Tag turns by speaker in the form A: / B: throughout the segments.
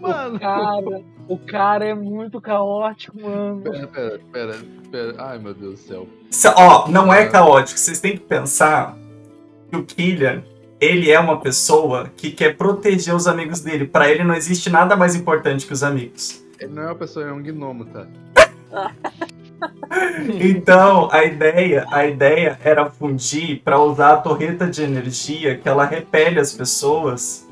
A: Mano. O cara, o cara é muito caótico, mano.
B: Pera, pera, pera, pera. Ai, meu Deus do céu.
C: Cê- ó, não é caótico. Vocês têm que pensar que o Killian, ele é uma pessoa que quer proteger os amigos dele. Pra ele não existe nada mais importante que os amigos.
B: Ele não é uma pessoa, ele é um gnomo, tá?
C: Então, a ideia, a ideia era fundir pra usar a torreta de energia que ela repele as pessoas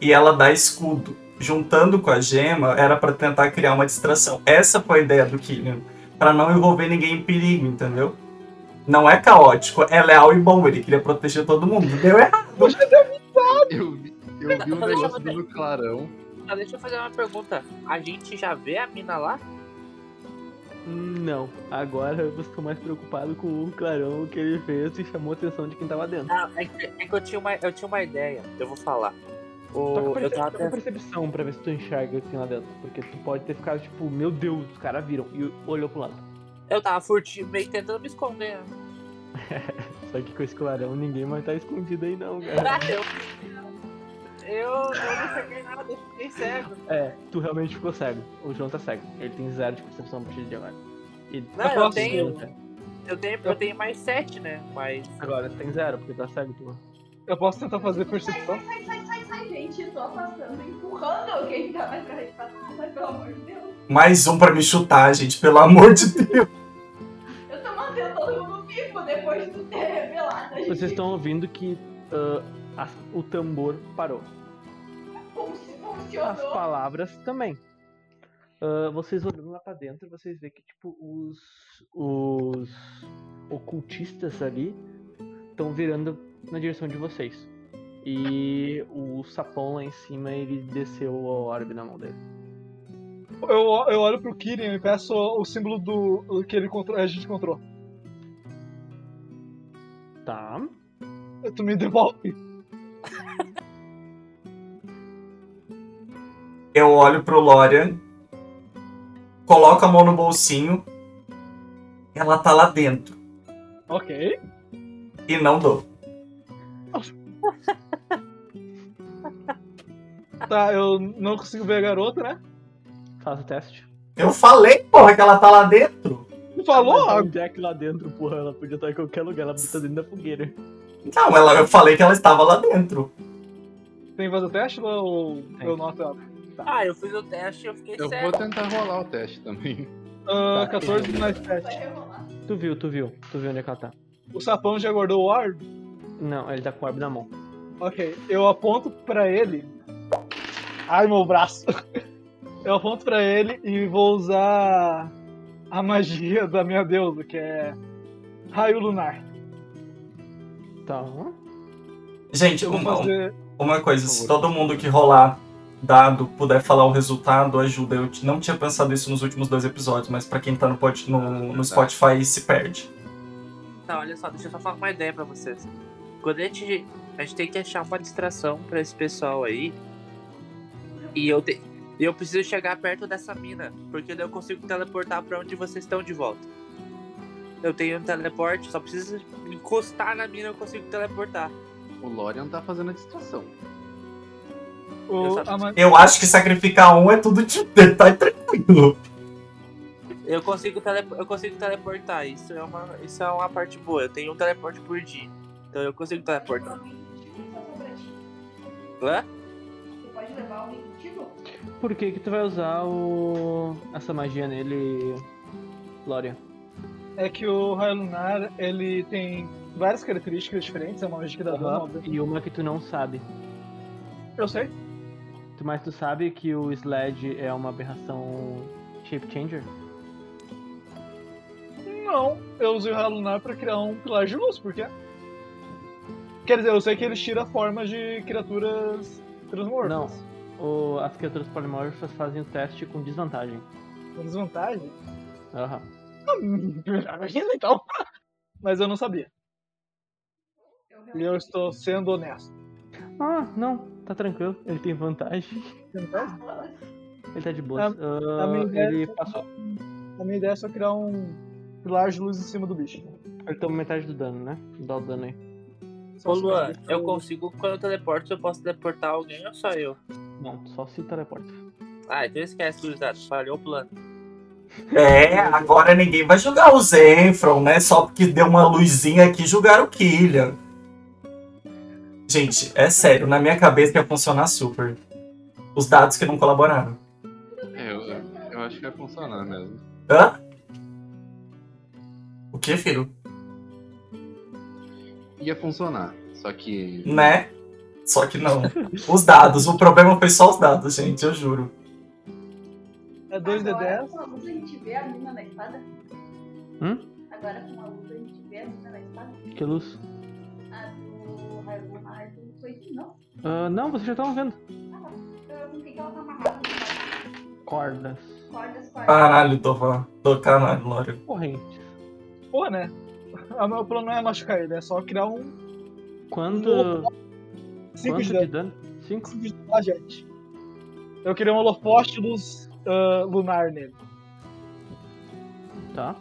C: e ela dá escudo. Juntando com a gema, era pra tentar criar uma distração. Essa foi a ideia do Killian, Pra não envolver ninguém em perigo, entendeu? Não é caótico, é leal e bom, ele queria proteger todo mundo. Deu errado.
B: Eu, vi- eu vi um
D: Deixa eu
B: negócio
D: ver.
B: do clarão.
D: Ah, deixa eu fazer uma pergunta. A gente já vê a mina lá?
A: Não, agora eu estou mais preocupado com o clarão que ele fez e chamou a atenção de quem tava dentro.
D: Ah, é que, é que eu, tinha uma, eu tinha uma ideia. Eu vou falar.
A: Toca
D: O, eu
A: perce-
D: tava
A: toca
D: pensando.
A: percepção pra ver se tu enxerga o que tem lá dentro. Porque tu pode ter ficado tipo, meu Deus, os caras viram e olhou pro lado.
D: Eu tava furtivo, meio que tentando me esconder. né?
A: Só que com esse clarão ninguém mais tá escondido aí não, cara.
D: Ah, eu, eu, eu não peguei nada, eu fiquei cego.
A: É, tu realmente ficou cego. O João tá cego. Ele tem zero de percepção a partir de agora. E tu
D: Não,
A: tá
D: eu
A: próximo
D: tenho.
A: dele, cara.
D: Eu tenho, eu tenho mais sete, né? Mas.
A: Agora tu tem zero, porque tá cego, tu.
E: Eu posso tentar fazer percepção?
F: Sai, sai, sai, sai, sai, gente. Eu tô afastando, empurrando quem tá mais pra frente pra nada, pelo amor de Deus.
C: Mais um pra me chutar, gente, pelo amor de Deus.
F: Eu tô mantendo todo mundo vivo depois de tu ter revelado. A gente
A: Vocês estão ouvindo que ah, as- o tambor parou.
F: fun-
A: As
F: funcionou.
A: palavras também. Ah, vocês olhando lá pra dentro, vocês veem que tipo os os ocultistas ali estão virando na direção de vocês. E o sapão lá em cima ele desceu o orbe na mão dele.
E: Eu, eu olho pro Kirin e peço o símbolo do que ele encontrou, a gente encontrou.
A: Tá.
E: Tu me devolve.
C: Eu olho pro Lorian, coloco a mão no bolsinho, ela tá lá dentro
E: Ok.
C: e não dou.
E: Tá, eu não consigo ver a garota, né?
A: Faz o teste.
C: Eu falei, porra, que ela tá lá dentro.
E: Tu falou?
A: Mas
E: Ah,
A: Onde é que lá dentro, porra? Ela podia estar em qualquer lugar, ela podia estar dentro da fogueira.
C: Não, ela, eu falei que ela estava lá dentro.
E: Tem que fazer teste lá ou
A: Tem.
E: eu noto ela?
D: Ah, eu fiz o teste e eu fiquei
B: Eu vou
D: cego.
B: tentar rolar o teste também.
E: Ah,
A: Tá.
E: 14 mais
F: Vai
E: 7.
F: rerolar.
A: Tu viu, tu viu. Tu viu onde é que ela tá.
E: O sapão já guardou o ar?
A: Não, ele tá com o orbe na mão.
E: Ok, eu aponto pra ele. Ai, meu braço. Eu aponto pra ele e vou usar a magia da minha deusa, que é raio lunar.
A: Tá.
C: Gente,
E: Eu vou
C: uma,
E: fazer.
C: uma coisa, se todo mundo que rolar dado puder falar o resultado, ajuda. Eu t- não tinha pensado isso nos últimos dois episódios, mas pra quem tá no, pod- no, no Spotify se perde.
D: Tá, olha só, deixa eu só falar uma ideia pra vocês. Quando a gente. A gente tem que achar uma distração pra esse pessoal aí. E eu te- e eu preciso chegar perto dessa mina. Porque daí eu consigo teleportar pra onde vocês estão de volta. Eu tenho um teleporte, só preciso encostar na mina eu consigo teleportar.
B: O Lorian tá fazendo a distração.
E: O,
D: eu só-
E: a ma-
C: Eu acho que sacrificar um é tudo de tá tranquilo.
D: Eu consigo, tele- eu consigo teleportar, isso é, uma... isso é uma parte boa. Eu tenho um teleporte por dia. Então eu consigo teleportar.
F: Um indicativo só pra ti.
D: Hã?
F: Tu pode levar um indicativo?
A: Por que que tu vai usar o... essa magia nele, Lória?
E: é que o raio lunar ele tem várias características diferentes, é uma magia que dá dano. óbvio.
A: E uma que tu não sabe.
E: Eu sei.
A: Tu- Mas tu sabe que o Sledge é uma aberração shape changer?
E: Não, eu usei o raio lunar pra criar um pilar de luz, por quê? Quer dizer, eu sei que ele tira a forma de criaturas transmorfas.
A: Ou as criaturas polimorfas fazem o teste com desvantagem?
E: Não. Desvantagem?
A: Aham.
E: Imagina então. Mas eu não sabia. E eu estou sendo honesto.
A: Ah, não. Tá tranquilo. Ele tem vantagem. Ele tá de boa.
E: Então, a minha ideia
A: ele
E: é-
A: passou.
E: A minha ideia é só criar um pilar de luz em cima do bicho.
A: Ele tomou metade do dano, né? Dá o dano aí.
E: Só
D: Ô
E: se
D: Luan,
E: bicho-
D: eu consigo, quando eu teleporto, eu posso teleportar alguém ou só eu?
A: Não, só se teleporta.
D: Ah, então esquece, gurizada. Falhou o plano.
C: É, agora ninguém vai julgar o Zenfron, né? Só porque deu uma luzinha aqui julgaram o Killian. Gente, é sério, na minha cabeça ia funcionar super. Os dados que não colaboraram.
B: É, eu, eu acho que vai funcionar mesmo.
C: Hã? O que, filho?
B: Ia funcionar. Só que.
C: Né? Só que não. Os dados, o problema foi só os dados, gente, eu juro.
E: É 2D10.
F: com a luz a gente vê a mina na espada?
A: Hum?
F: Agora com a luz a gente vê a mina na espada?
A: Que luz?
F: A do Raimundo Martin foi isso, não?
A: Ah, não, vocês já estavam vendo.
F: Ah, com o que que ela tá amarrada?
A: Cordas.
F: Cordas, cordas.
C: Caralho, Dovan. Do caralho, Lório.
A: Correntes.
E: Pô, né? O meu plano não é machucar ele, é só criar um
A: Quando.
E: ciclo
A: Quanto
E: de
A: de
E: dano.
A: dano? 5?
E: cinco de dano na gente. Eu queria um holofote luz ah, lunar nele.
A: Tá.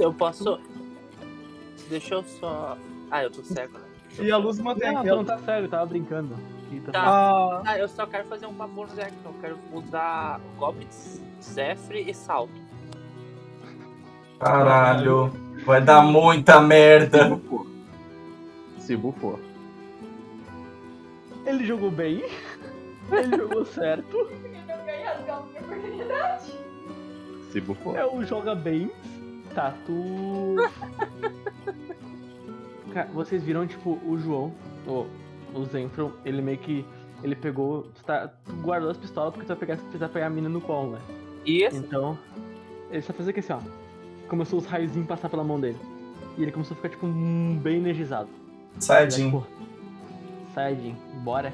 D: Eu posso. Deixa eu só. Ah, eu tô cego, né?
E: E a luz mantém.
A: Não,
E: que
A: tu
E: ela
A: não tá sério, tava brincando. Ih, tá-
D: Tá.
E: Ah,
D: Ah, eu só quero fazer um favor, Zé, que eu quero usar golpe de Zefre e salto.
C: Caralho. Vai dar muita merda.
B: Se bufou. Se bufou.
A: ah, Ele jogou bem. Ele jogou certo.
F: Porque eu ganhei as galmas de oportunidade.
B: Se bufou.
A: É o joga bem. Tá, tu. Cara, vocês viram, tipo, o João, o, o Zenfron, ele meio que. Ele pegou. tu Tá, tu guardou as pistolas porque tu vai pegar, precisar pegar a mina no colo, né?
D: Isso.
A: Então, ele só fez aqui assim, ó. Começou os raiozinhos a passar pela mão dele. E ele começou a ficar, tipo, hum, bem energizado.
C: Sadinho.
A: Saiyajin, bora.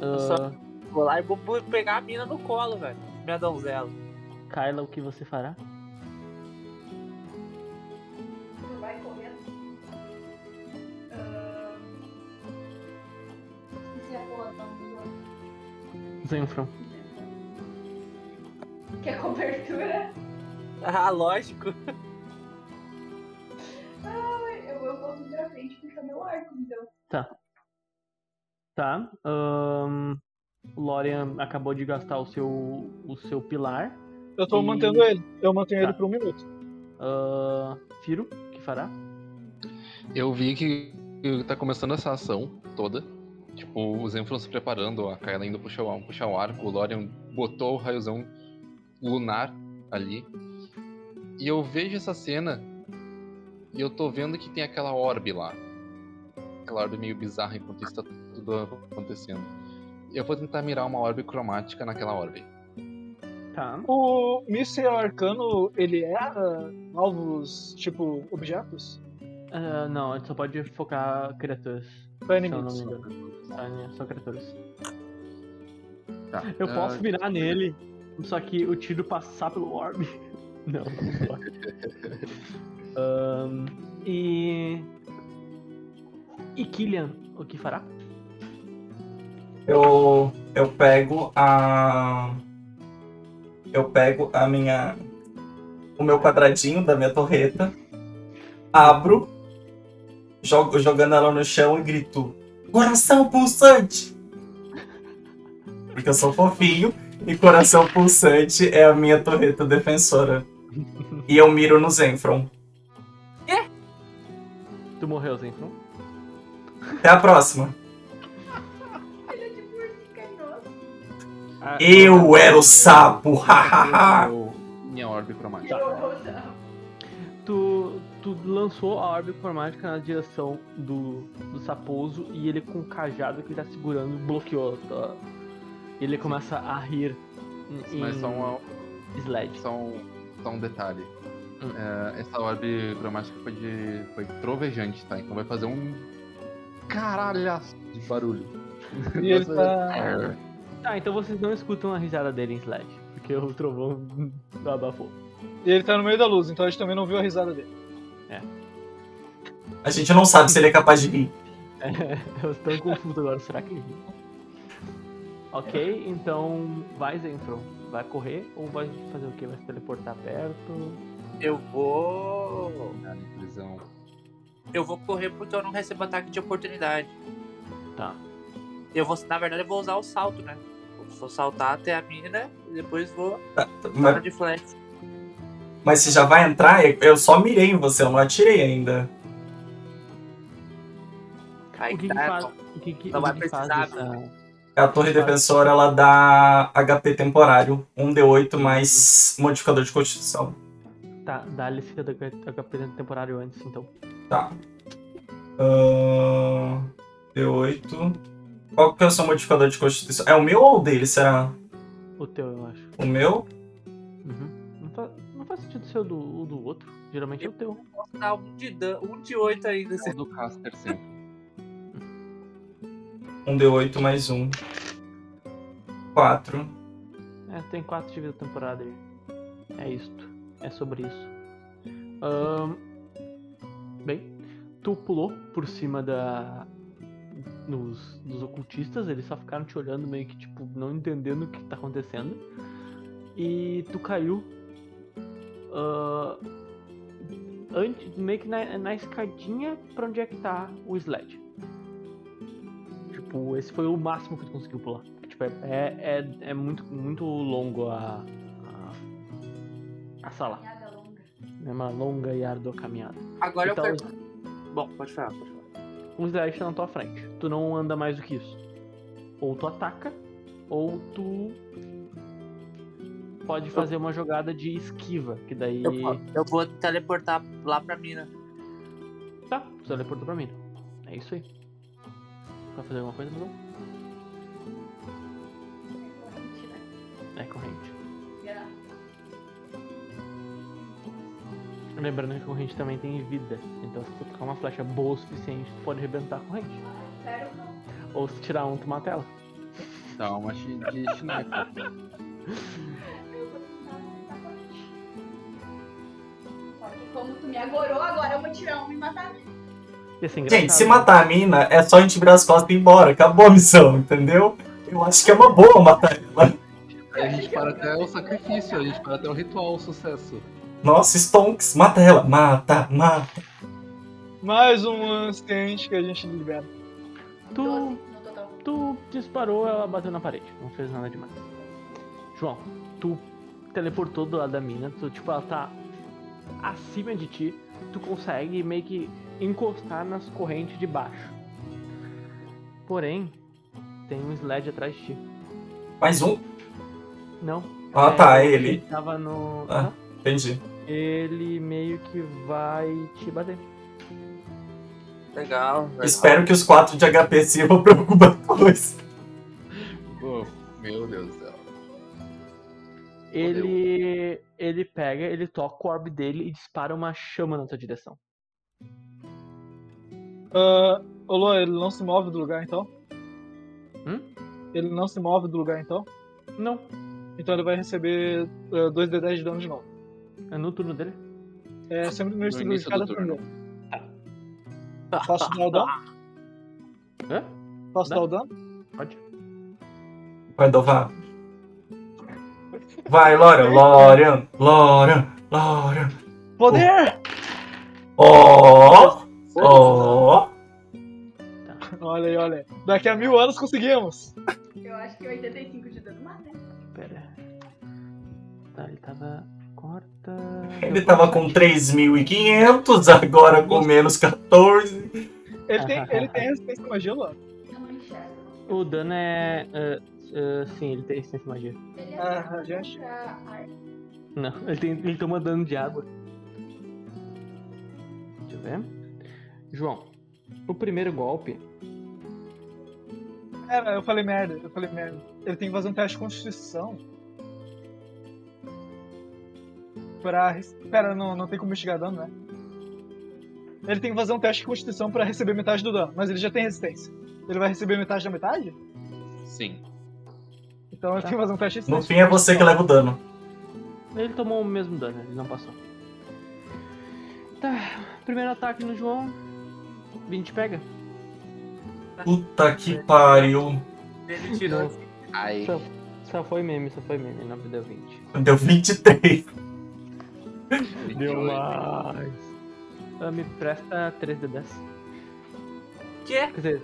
A: Ah,
D: Eu só
A: Hum.
D: vou lá e vou pegar a mina no colo, velho. Minha donzela.
A: Kyla, o que você fará?
F: Tu vai correndo. Ah, Esqueci a porra do nome do jogo.
A: Zenfron.
F: Que é cobertura.
D: Ah, lógico.
F: Ah, Eu, eu vou vir pra frente puxar meu arco, então.
A: Tá. ahn, o Lorian acabou de gastar o seu, o seu pilar.
E: eu tô
A: E-
E: mantendo ele. Eu mantenho
A: Tá.
E: ele por um minuto.
A: Ahn, Firo, Ah, o que fará?
B: Eu vi que que tá começando essa ação toda. Tipo, os Zenfron se preparando, a Kayla indo puxar o, puxar o arco, o Lorian botou o raiozão lunar ali. E eu vejo essa cena e eu tô vendo que tem aquela orbe lá. Aquela orbe meio bizarra enquanto isso tá tudo acontecendo. Eu vou tentar mirar uma orbe cromática naquela orbe.
A: Tá.
E: O míssil arcano, ele é ah, alvos, tipo, objetos?
A: Ah, não, a gente só pode focar criaturas.
E: Pra
A: Se eu não
E: inimigos.
A: me engano. Tá, né? Só criaturas.
B: Tá.
A: Eu
B: ah,
A: posso mirar nele, só que o tiro passar pelo orb. Não, não pode. Ahn, e. E Killian, o que fará?
C: Eu, eu pego a. Eu pego a minha. O meu quadradinho da minha torreta, abro, jogo, jogando ela no chão e grito: Coração pulsante! Porque eu sou fofinho e coração pulsante é a minha torreta defensora. E eu miro no Zenfron.
A: Tu morreu, Zenfron?
C: Até a próxima.
F: Filha de burro canhoto.
C: Eu era o sapo! Hahaha!
B: eu- Minha orbe cromática.
F: Jogou já.
A: Tu, tu lançou a orbe cromática na direção do, do Saposo e ele com o cajado que ele tá segurando bloqueou. Tá? E ele começa a rir. em-
B: Mas
A: em
B: só uma,
A: Sled.
B: Só um, só um detalhe.
A: Hum.
B: É, essa orbe cromática foi, de, foi trovejante, tá? Então vai fazer um caralhaço de barulho.
E: E ele tá.
B: Arr.
A: Tá, então vocês não escutam a risada dele em Sled. Porque o trovão abafou.
E: E ele tá no meio da luz, então a gente também não viu a risada dele.
C: A gente não sabe se ele é capaz de rir.
A: Eu estou confuso agora, será que ele riu? Ok, então vai Zenfron. Vai correr ou vai fazer o quê? Vai se teleportar perto?
D: Eu vou.
B: Cara, prisão.
D: Eu vou correr porque eu não recebo ataque de oportunidade.
A: Tá.
D: Eu vou, na verdade, eu vou usar o salto, né? Vou saltar até a mina e depois vou
C: Mas,
D: dar de flash.
C: mas você já vai entrar? Eu só mirei em você, eu não atirei ainda.
D: Ai,
A: O que, que
D: tá,
A: faz?
D: bom.
A: O que, que,
D: Não
A: o
D: vai
A: que que faz
D: precisar,
A: essa-
C: A torre defensora, ela dá HP temporário. 1d8 mais modificador de constituição.
A: Tá, dá a licença do HP temporário antes, então.
C: Tá. Ahn, D8. Qual que é o seu modificador de constituição? É o meu ou o dele? Será
A: O teu, eu acho.
C: o meu?
A: Uhum. Não, fa- não faz sentido ser o do, o do outro. Geralmente é o teu.
D: Posso dar um de, dan- um de 8 ainda.
B: O do caster sempre.
C: Um D8 mais um. 4.
A: É, tem quatro de vida temporada aí. É isto. É sobre isso. Ahn, Bem, tu pulou por cima da. Dos, dos ocultistas, eles só ficaram te olhando meio que tipo, não entendendo o que tá acontecendo. E tu caiu. ah, antes, meio que na, na escadinha pra onde é que tá o sled. Tipo, esse foi o máximo que tu conseguiu pular. Tipo, é, é, é- é muito, muito longo a, a, a sala.
F: Caminhada longa.
A: É uma longa e árdua caminhada.
D: Agora
A: Então-
D: eu pergunto. Bom, pode falar, pode falar.
A: Um slash tá na tua frente. Tu não anda mais do que isso. Ou tu ataca, ou tu pode fazer uma jogada de esquiva, que daí.
D: Eu, eu vou teleportar lá pra mina.
A: Tá, tu teleportou pra mim. É isso aí. Vai fazer alguma coisa, não?
F: Corrente, né?
A: É corrente.
F: Yeah.
A: Lembrando que a corrente também tem vida. Então se tu tocar uma flecha boa o suficiente, tu pode arrebentar a corrente.
F: Sério, não.
A: Ou se tirar um, tu mata ela.
B: Dá Tá, uma chi- de sniper.
F: Eu vou tentar matar a corrente. Só que como tu me agorou, agora eu vou tirar um e matar a
A: Ia ser engraçado,
C: Gente, se
A: né?
C: matar a mina, é só a gente virar as costas e ir embora. Acabou a missão, entendeu? Eu acho que é uma boa matar ela.
B: Aí a gente para até o sacrifício, a gente para até o ritual, o sucesso.
C: Nossa, Stonks, mata ela. Mata, mata.
E: Mais um lance quente que a gente libera.
A: Tu
F: 12 no total.
A: Tu disparou, ela bateu na parede. Não fez nada demais. João, tu teleportou do lado da mina. Tu, tipo, ela tá acima de ti. Tu consegue meio que encostar nas correntes de baixo. Porém, tem um sled atrás de ti.
C: Mais um.
A: Não.
C: Ah,
A: é,
C: tá, ele.
A: Tava no. tá?
C: Ah. Entendi.
A: Ele meio que vai te bater.
D: Legal. legal.
C: Espero que os 4 de HP sirvam pra alguma coisa.
B: Pô, meu Deus do céu.
A: Ele. Ele pega, ele toca o orbe dele e dispara uma chama na tua direção.
E: Ah, ô Luan, ele não se move do lugar então?
A: Hum?
E: Ele não se move do lugar então?
A: Não,
E: Então ele vai receber ah, 2d10 de dano de novo.
A: é no turno dele.
E: É sempre no
B: No
E: estilo de
B: início
E: cada
B: do turno.
E: turno. Posso dar o dano?
A: Hã?
E: Posso
A: Dá.
E: dar o dano?
A: Pode.
C: Cordová. Vai, Lorian, Lorian, Lorian, Lorian.
E: Poder!
C: Ó, ó.
E: Olha aí, olha aí. Daqui a mil anos conseguimos!
F: Eu acho que 85 de dano né? mata.
A: Pera. Tá, ele tava. Corta.
C: Ele tava com 3.500, agora com menos 14.
E: Ele tem, ele tem resistência à magia, Luan?
F: Eu não enxergo.
A: O dano é. ah, ah, sim, ele tem resistência à magia.
F: Ele é
E: Ah,
F: fraco
E: já achei.
F: pra ar.
A: Não, ele, tem, ele toma dano de água. Deixa eu ver. João, o primeiro golpe.
E: É, eu falei merda, eu falei merda. Ele tem que fazer um teste de constituição. Pra. res- Pera, não, não tem como investigar dano, né? Ele tem que fazer um teste de constituição pra receber metade do dano, mas ele já tem resistência. Ele vai receber metade da metade?
B: Sim.
E: Então ele
A: Tá.
E: tem que fazer um teste de
C: No
E: resistência.
C: fim é você que leva o dano.
A: Ele tomou o mesmo dano, ele não passou. Tá, primeiro ataque no João. 20 pega.
C: Puta que pariu.
D: Ele tirou.
B: Aí.
E: Então,
A: Só, só foi meme, só foi meme, não deu 20.
C: Deu 23.
A: Deu mais. Ah, me presta 3 de 10.
D: Quê?
A: Quer dizer,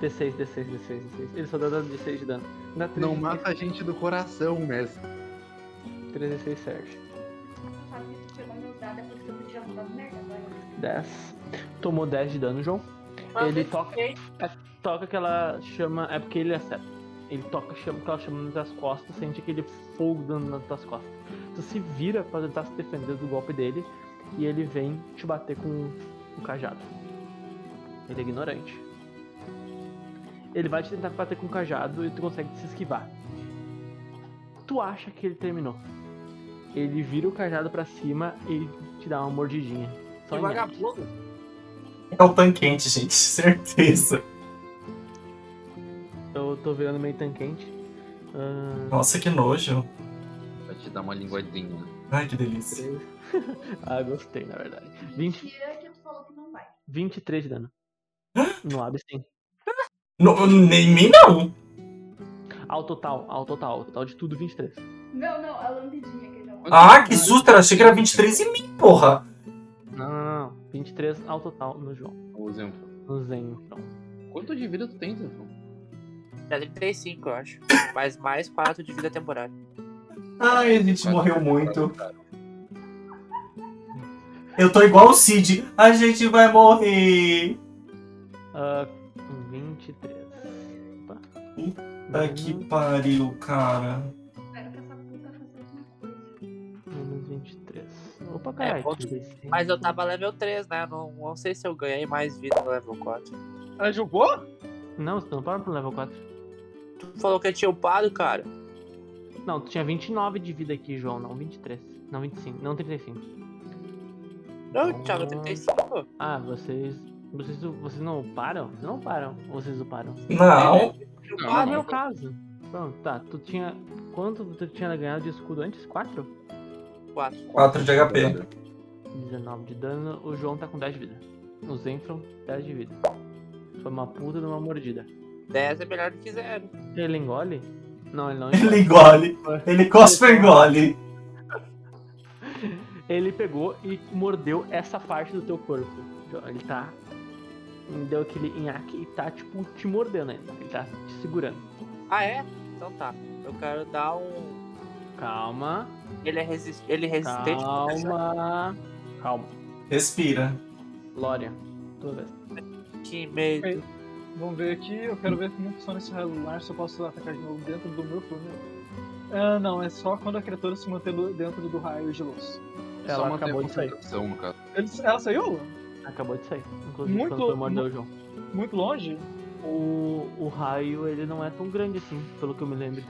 A: D6, D6, D6, D6. Ele só dá dado de 6 de dano. Dá 3
B: Não mata a gente do coração, mestre.
A: 3 D6 serve.
F: Eu faço isso pegando meus dados, é por isso que eu podia mudar as merda agora.
A: 10. Tomou 10 de dano, João.
D: Mas
A: Ele
D: eu
A: toca-
D: sei.
A: Toca aquela chama. É porque ele acerta. Ele toca chama, aquela chama nas tuas costas, sente aquele fogo dando nas tuas costas. Tu se vira pra tentar se defender do golpe dele e ele vem te bater com um cajado. Ele é ignorante. Ele vai te tentar bater com o cajado e tu consegue se esquivar. Tu acha que ele terminou. Ele vira o cajado pra cima e te dá uma mordidinha. Só
D: Que
A: em ar.
D: vagabundo.
C: É o tanquente, gente, certeza.
A: Eu tô virando meio tanquente. Ah,
C: Nossa, que nojo.
B: Vai te dar uma linguadinha.
C: Ai, que delícia.
A: ah, gostei, na verdade. 20,
F: Mentira que tu falou que não vai.
A: 23 de dano. No abstain.
C: No, nem mim não.
A: Ao total, ao total, ao total de tudo 23.
F: Não, não, a lambidinha que ele dá.
C: Ah, que susto, eu achei que era 23 em mim, porra.
A: Não, não, não. 23 ao total no João.
B: Por exemplo.
A: No Zen, então.
B: Quanto de vida tu tem, Zenfro?
D: É 35, eu acho. Mas mais 4 de vida temporária.
C: Ai, a gente morreu muito. Eu tô igual o Cid. A gente vai morrer.
A: Ah, 23. Opa.
C: Tá
B: Uhum.
C: que pariu, cara.
F: Espero que essa puta faça alguma coisa.
A: Menos 23. Opa, caralho.
D: ponto.
A: 36.
D: Mas eu tava level 3, né? Não, não sei se eu ganhei mais vida no level 4.
E: Ah, jogou?
A: Não, você não para pro level 4.
D: Tu falou que eu tinha upado, cara.
A: Não, tu tinha 29 de vida aqui, João. Não, 23. Não, 25. Não, 35.
D: Não, eu tava 35.
A: Ah, vocês. Vocês, vocês não param? Vocês não param. Ou Vocês não param.
C: Não.
A: Ah,
B: Ah,
A: no
B: não.
A: meu caso. Pronto, tá. Tu tinha. Quanto tu tinha ganhado de escudo antes? 4?
D: 4.
C: 4 de HP.
A: 19 de dano. O João tá com 10 de vida. O Zenfron, 10 de vida. Foi uma puta de uma mordida.
D: 10 é melhor do que 0.
A: Ele engole? Não, ele não
C: Ele
A: engole.
C: engole. Ele cospe e engole.
A: ele pegou e mordeu essa parte do teu corpo. Ele tá. Deu aquele nhaque e tá, tipo, te mordendo ainda. Ele tá te segurando.
D: Ah, é? Então tá. Eu quero dar um.
A: Calma.
D: Ele é, resist... ele é resistente.
A: Tá. Calma. Calma.
C: Respira.
A: Lória, tua vez.
D: Que medo.
E: Vamos ver aqui, eu quero ver como funciona esse raio lunar, se eu posso atacar de novo dentro do meu túnel. Ah, não, é só quando a criatura se manter lu- dentro do raio de luz.
A: Ela acabou de sair.
B: No caso.
E: Ele- ela saiu?
A: Acabou de sair. Inclusive,
E: Muito-
A: quando foi morder o João.
E: Muito longe?
A: O, o raio, ele não é tão grande assim, pelo que eu me lembro.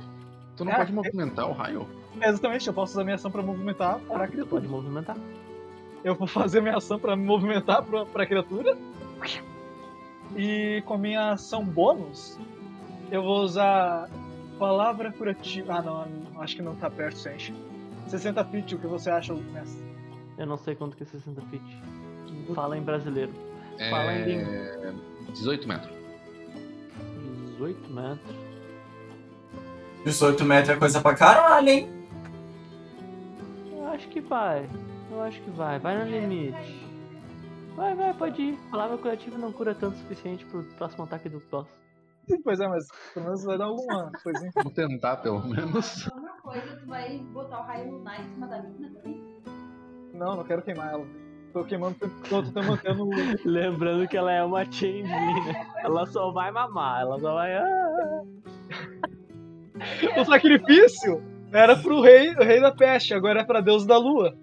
B: Tu não
A: Ah.
E: É,
B: pode movimentar o raio?
E: É, Exatamente, eu posso usar minha ação pra movimentar para a
A: Você
E: criatura.
A: pode movimentar.
E: Eu vou fazer minha ação pra me movimentar pra, pra criatura. E com a minha ação bônus, eu vou usar palavra curativa. Ah, não, acho que não tá perto, gente. 60 feet, o que você acha, mestre?
A: Eu não sei quanto que é 60 feet. Fala em brasileiro.
B: É...
A: Fala em
B: 18 metros.
A: 18 metros.
C: 18 metros é coisa pra caralho, hein?
A: Eu acho que vai. Eu acho que vai. Vai no limite. Vai, vai, pode ir. Palavra curativa não cura tanto o suficiente pro próximo ataque do boss.
E: Pois é, mas pelo menos vai dar alguma coisinha.
B: Vou tentar, pelo menos.
F: Alguma coisa, tu vai botar o raio lunar em cima da mina também?
E: Não, não quero queimar ela. Tô queimando, tô, tô mantendo.
A: Lembrando que ela é uma changeling, né? Ela só vai mamar. Ela só vai... ah.
E: O sacrifício era pro rei, o rei da peste, agora é pra deus da lua.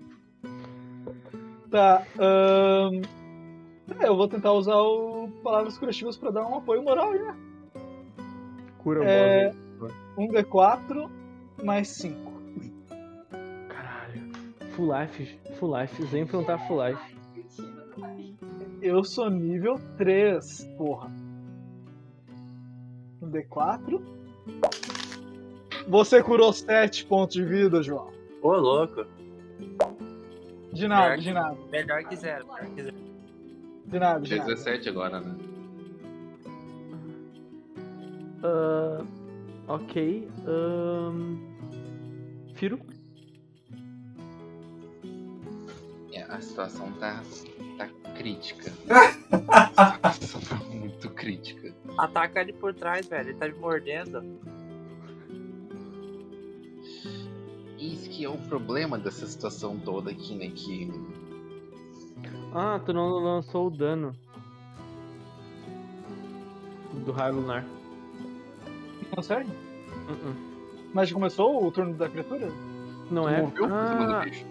E: Tá. ahn, é, eu vou tentar usar o palavras curativas pra dar um apoio moral aí, né?
A: Cura
E: É, um D4 mais 5.
A: Caralho. Full life, full life. Zen tá full life.
F: Mentira, não vai.
E: Eu sou nível 3, porra. Um D4. Você curou 7 pontos de vida, João.
D: Ô, louco.
E: De nada, de nada,
D: Melhor que 0. Melhor que 0.
E: de nada, de
B: Tinha
E: nada.
B: 17 agora, né?
A: Ah, ok. ahn, Firo?
B: É, a situação tá, tá crítica. a situação tá muito Muito crítica.
D: Ataca ele por trás, velho. Ele tá me mordendo.
B: Isso que é o problema dessa situação toda aqui, né? Que
A: Ah, tu não lançou o dano. Do raio lunar.
E: Consegue?
A: Uh-uh.
E: Mas já começou o turno da criatura?
A: Não
B: tu
A: é.
B: moveu por cima do
A: ah,
B: bicho.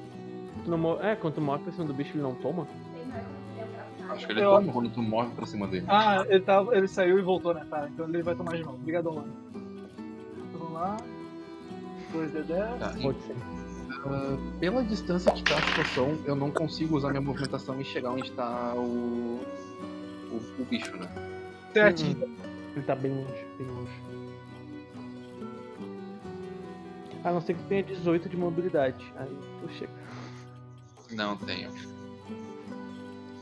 A: tu não mo- É, quando tu morre pra cima do bicho, ele não toma?
F: Ele não é como se deu pra trás.
B: Acho que ele
E: Eu-
B: toma quando tu morre pra cima dele.
E: Ah, ele, tava, ele saiu e voltou, né? Tá, então ele vai tomar de novo. Obrigado, Lano. Vamos lá. 2D10.
B: Tá, e,
A: Pode ser.
B: ah, pela distância que tá a situação, eu não consigo usar minha movimentação e chegar onde tá o. o, o bicho, né?
E: 7.
A: Ele tá bem longe, bem longe. A não ser que tenha 18 de mobilidade. Aí tu chega.
B: Não tenho.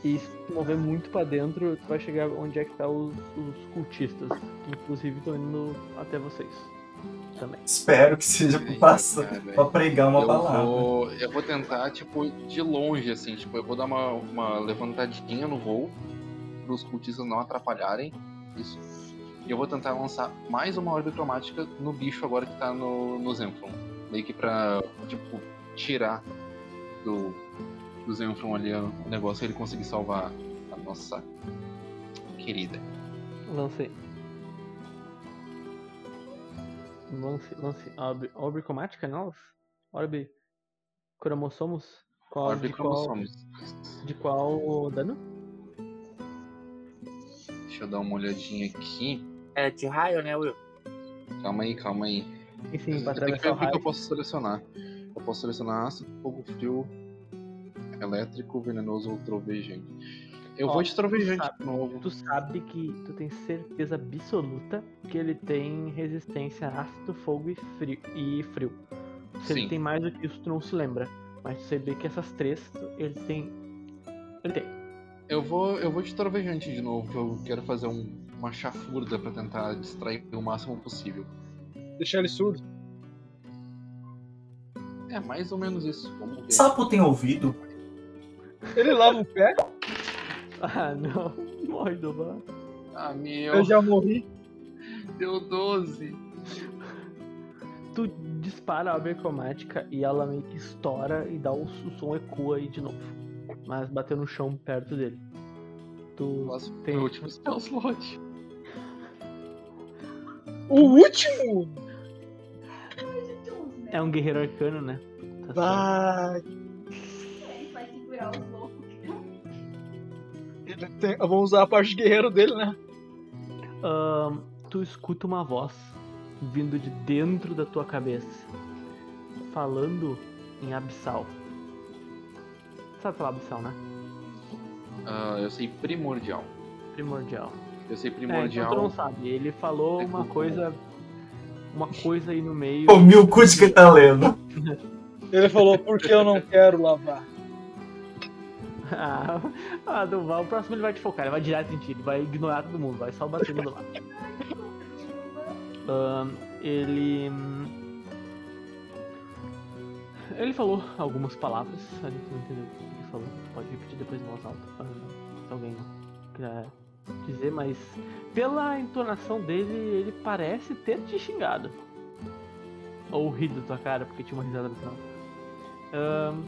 A: E se tu mover muito pra dentro, tu vai chegar onde é que tá os, os cultistas. Que inclusive estão indo até vocês. Também.
C: Espero que seja
B: Ai,
C: pra passar,
B: cara,
C: pra pregar uma
B: né, eu
C: palavra.
B: Vou, eu vou tentar, tipo, de longe, assim, tipo, eu vou dar uma, uma levantadinha no voo pros cultistas não atrapalharem. Isso. E eu vou tentar lançar mais uma orbe cromática no bicho agora que tá no, no Zenfron. Meio que pra, tipo, tirar do, do Zenfron ali o negócio e ele conseguir salvar a nossa querida.
A: Lancei. Lance, lance. Orbe, orbe cromática, não? Orbe. Cromossomos? Qual,
B: Orbe
A: de, qual,
B: cromossomos.
A: de qual dano?
B: Deixa eu dar uma olhadinha aqui.
D: É de raio, né, Will?
B: Calma aí, calma aí.
A: E sim, pra
B: Eu tenho que ver
A: atravessar
B: o que que eu
A: o raio.
B: posso selecionar. Eu posso selecionar ácido, fogo frio, elétrico, venenoso ou trovejante. Eu
A: Ó,
B: vou de trovejante
A: sabe.
B: de novo.
A: Tu sabe que tu tem certeza absoluta que ele tem resistência a ácido, fogo e frio. E frio. Se
B: Sim.
A: ele tem mais do que isso, tu não se lembra. Mas tu sabe que essas três, tu- ele tem. Ele tem.
B: Eu vou, eu vou de trovejante de novo, que eu quero fazer um- uma chafurda pra tentar distrair o máximo possível.
E: Deixar ele surdo.
B: É mais ou menos isso. Vamos ver.
C: Sapo tem ouvido?
E: Ele lava o pé.
A: Ah, não. Morre do bar.
B: Ah, meu,
E: Eu já morri.
B: deu 12.
A: Tu dispara a orbe cromática e ela meio que estoura e dá o, o som ecoa aí de novo. Mas bateu no chão perto dele. Tu.
B: Nossa,
A: Tem-
B: meu último spell slot.
E: O último!
A: É um guerreiro arcano, né? Tá
E: Ah.
A: certo.
E: Vai.
F: Ele vai segurar os loucos.
E: Ele tem... Eu vou usar a parte de guerreiro dele, né?
A: Ahn, tu escuta uma voz vindo de dentro da tua cabeça, falando em abissal. Sabe falar abissal, né?
B: Ah, eu sei primordial.
A: Primordial.
B: Eu sei
A: É, então tu
B: primordial.
A: não sabe. Ele falou uma coisa, uma coisa aí no meio.
C: O Milkut que tá lendo.
E: Ele falou, por que eu não quero lavar?
A: ah, ah, Duval, o próximo ele vai te focar, ele vai direto em ti, ele vai ignorar todo mundo, vai só bater no Duval. Ahn, ele. hum, Ele falou algumas palavras, a gente não entendeu o que ele falou. Pode repetir depois em voz alta, pra- se alguém quiser dizer, mas pela entonação dele, ele parece ter te xingado. Ou rido da tua cara, porque tinha uma risada no final. Ahn,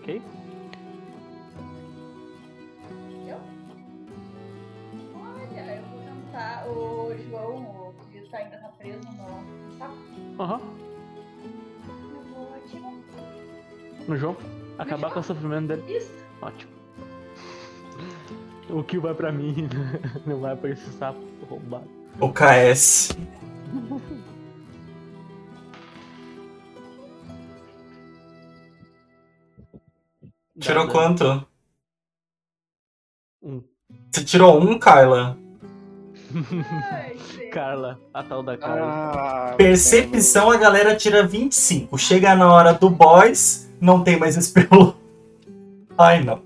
A: ok?
F: Olha, eu vou tentar. O João, o Cris tá ainda tá preso no Tá sapo.
A: Aham.
F: Eu vou atirar.
A: No jogo? Acabar com o sofrimento dele.
F: Isso.
A: Ótimo. O kill vai pra mim, não vai pra esse sapo roubado.
C: O KS. Tirou
A: Dá dano.
C: quanto?
A: Um.
C: Você tirou um, Kyla?
F: Ai, gente.
A: Carla, a tal da Carla.
E: Ah,
C: Percepção, a galera tira 25. Chega na hora do boys, não tem mais espelho. Ai, não.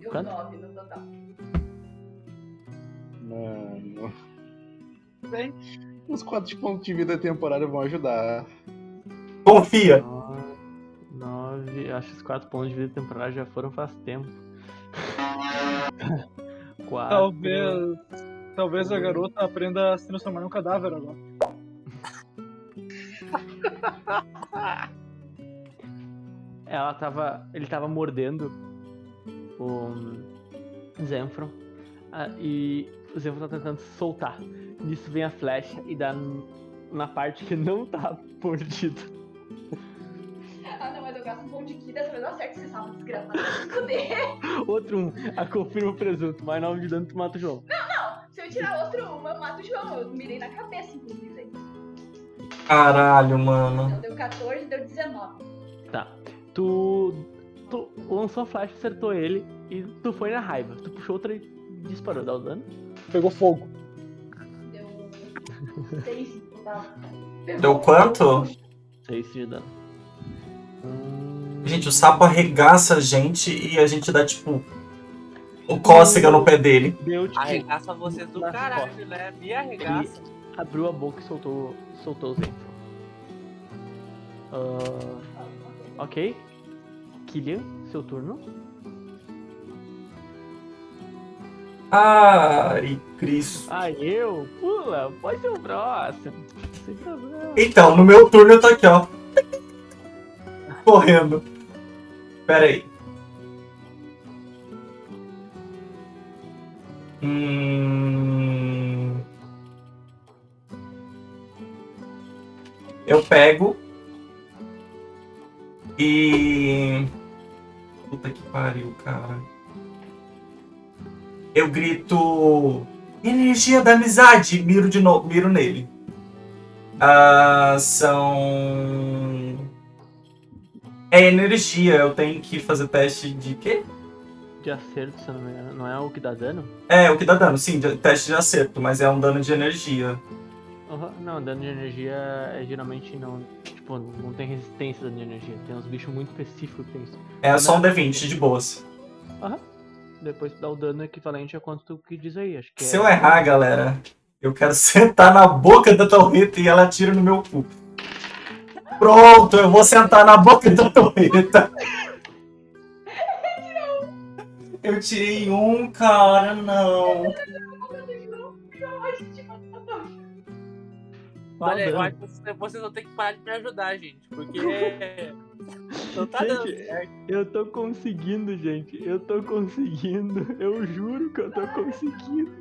F: Deu
A: Quanto?
F: 9 no total.
B: Mano.
E: Bem,
B: Os 4 pontos de vida temporária vão ajudar.
C: Confia.
A: No- Nove. Acho que os quatro pontos de vida temporária já foram faz tempo. Quatro.
E: Talvez. Talvez a garota aprenda a se transformar num cadáver agora.
A: Ela tava. Ele tava mordendo o Zenfron. Ah, e o Zenfron tá tentando se soltar. Nisso vem a flecha e dá n- na parte que não tá mordida.
F: Ah, não, mas eu gasto um ponto de ki, dessa vez eu acerto esse sapo desgraçado. Fudeu.
A: Outro um, a confirma o presunto, mais nove de dano tu mata o João.
F: Se eu tirar outro uma, eu mato o João. Eu mirei na cabeça, inclusive.
C: Caralho, mano.
F: Então deu 14, deu 19.
A: Tu, tu lançou a flecha, acertou ele e tu foi na raiva. Tu puxou outra e disparou, dá o dano.
E: Pegou fogo.
F: Deu tá? 6
C: Deu quanto?
A: Seis de dano.
C: Gente, o sapo arregaça a gente e a gente dá tipo. O cócega no pé dele.
A: Deu tipo,
D: Arregaça vocês do
A: Nas
D: caralho,
A: costas.
D: né? Me arregaça.
A: abriu a boca e soltou, soltou o Zenfro. Ah, ok. Killian, seu turno.
C: Ai, Cristo.
A: Ah, eu? Pula, pode ser o próximo. Sem problema.
C: Então, no meu turno eu tô aqui, ó. Correndo. Pera aí. Hum... Eu pego. E. Puta que pariu, cara. Eu grito. Energia da amizade! Miro de novo. Miro nele. Ah, são. É energia, eu tenho que fazer teste de quê?
A: De acerto, se eu não me engano. Não é o que dá dano?
C: É, o que dá dano, sim, de- teste de acerto, mas é um dano de energia.
A: Aham, Não, dano de energia é geralmente não. Tipo, não tem resistência a dano de energia. Tem uns bichos muito específicos que tem isso.
C: É só um D20 de boas.
A: Depois tu dá o dano equivalente a quanto tu que diz aí. Acho que
C: Se
A: é.
C: eu errar, galera, eu quero sentar na boca da torreta e ela tira no meu cu. Pronto, eu vou sentar na boca da torreta. Eu tirei um, cara, não.
A: Dá o
D: Olha, eu
A: dano.
D: acho que vocês- vocês vão ter que parar de me ajudar, gente. Porque. é, Não tá dando
A: Gente,
D: certo.
A: Eu tô conseguindo, gente. Eu tô conseguindo. Eu juro que eu tô conseguindo.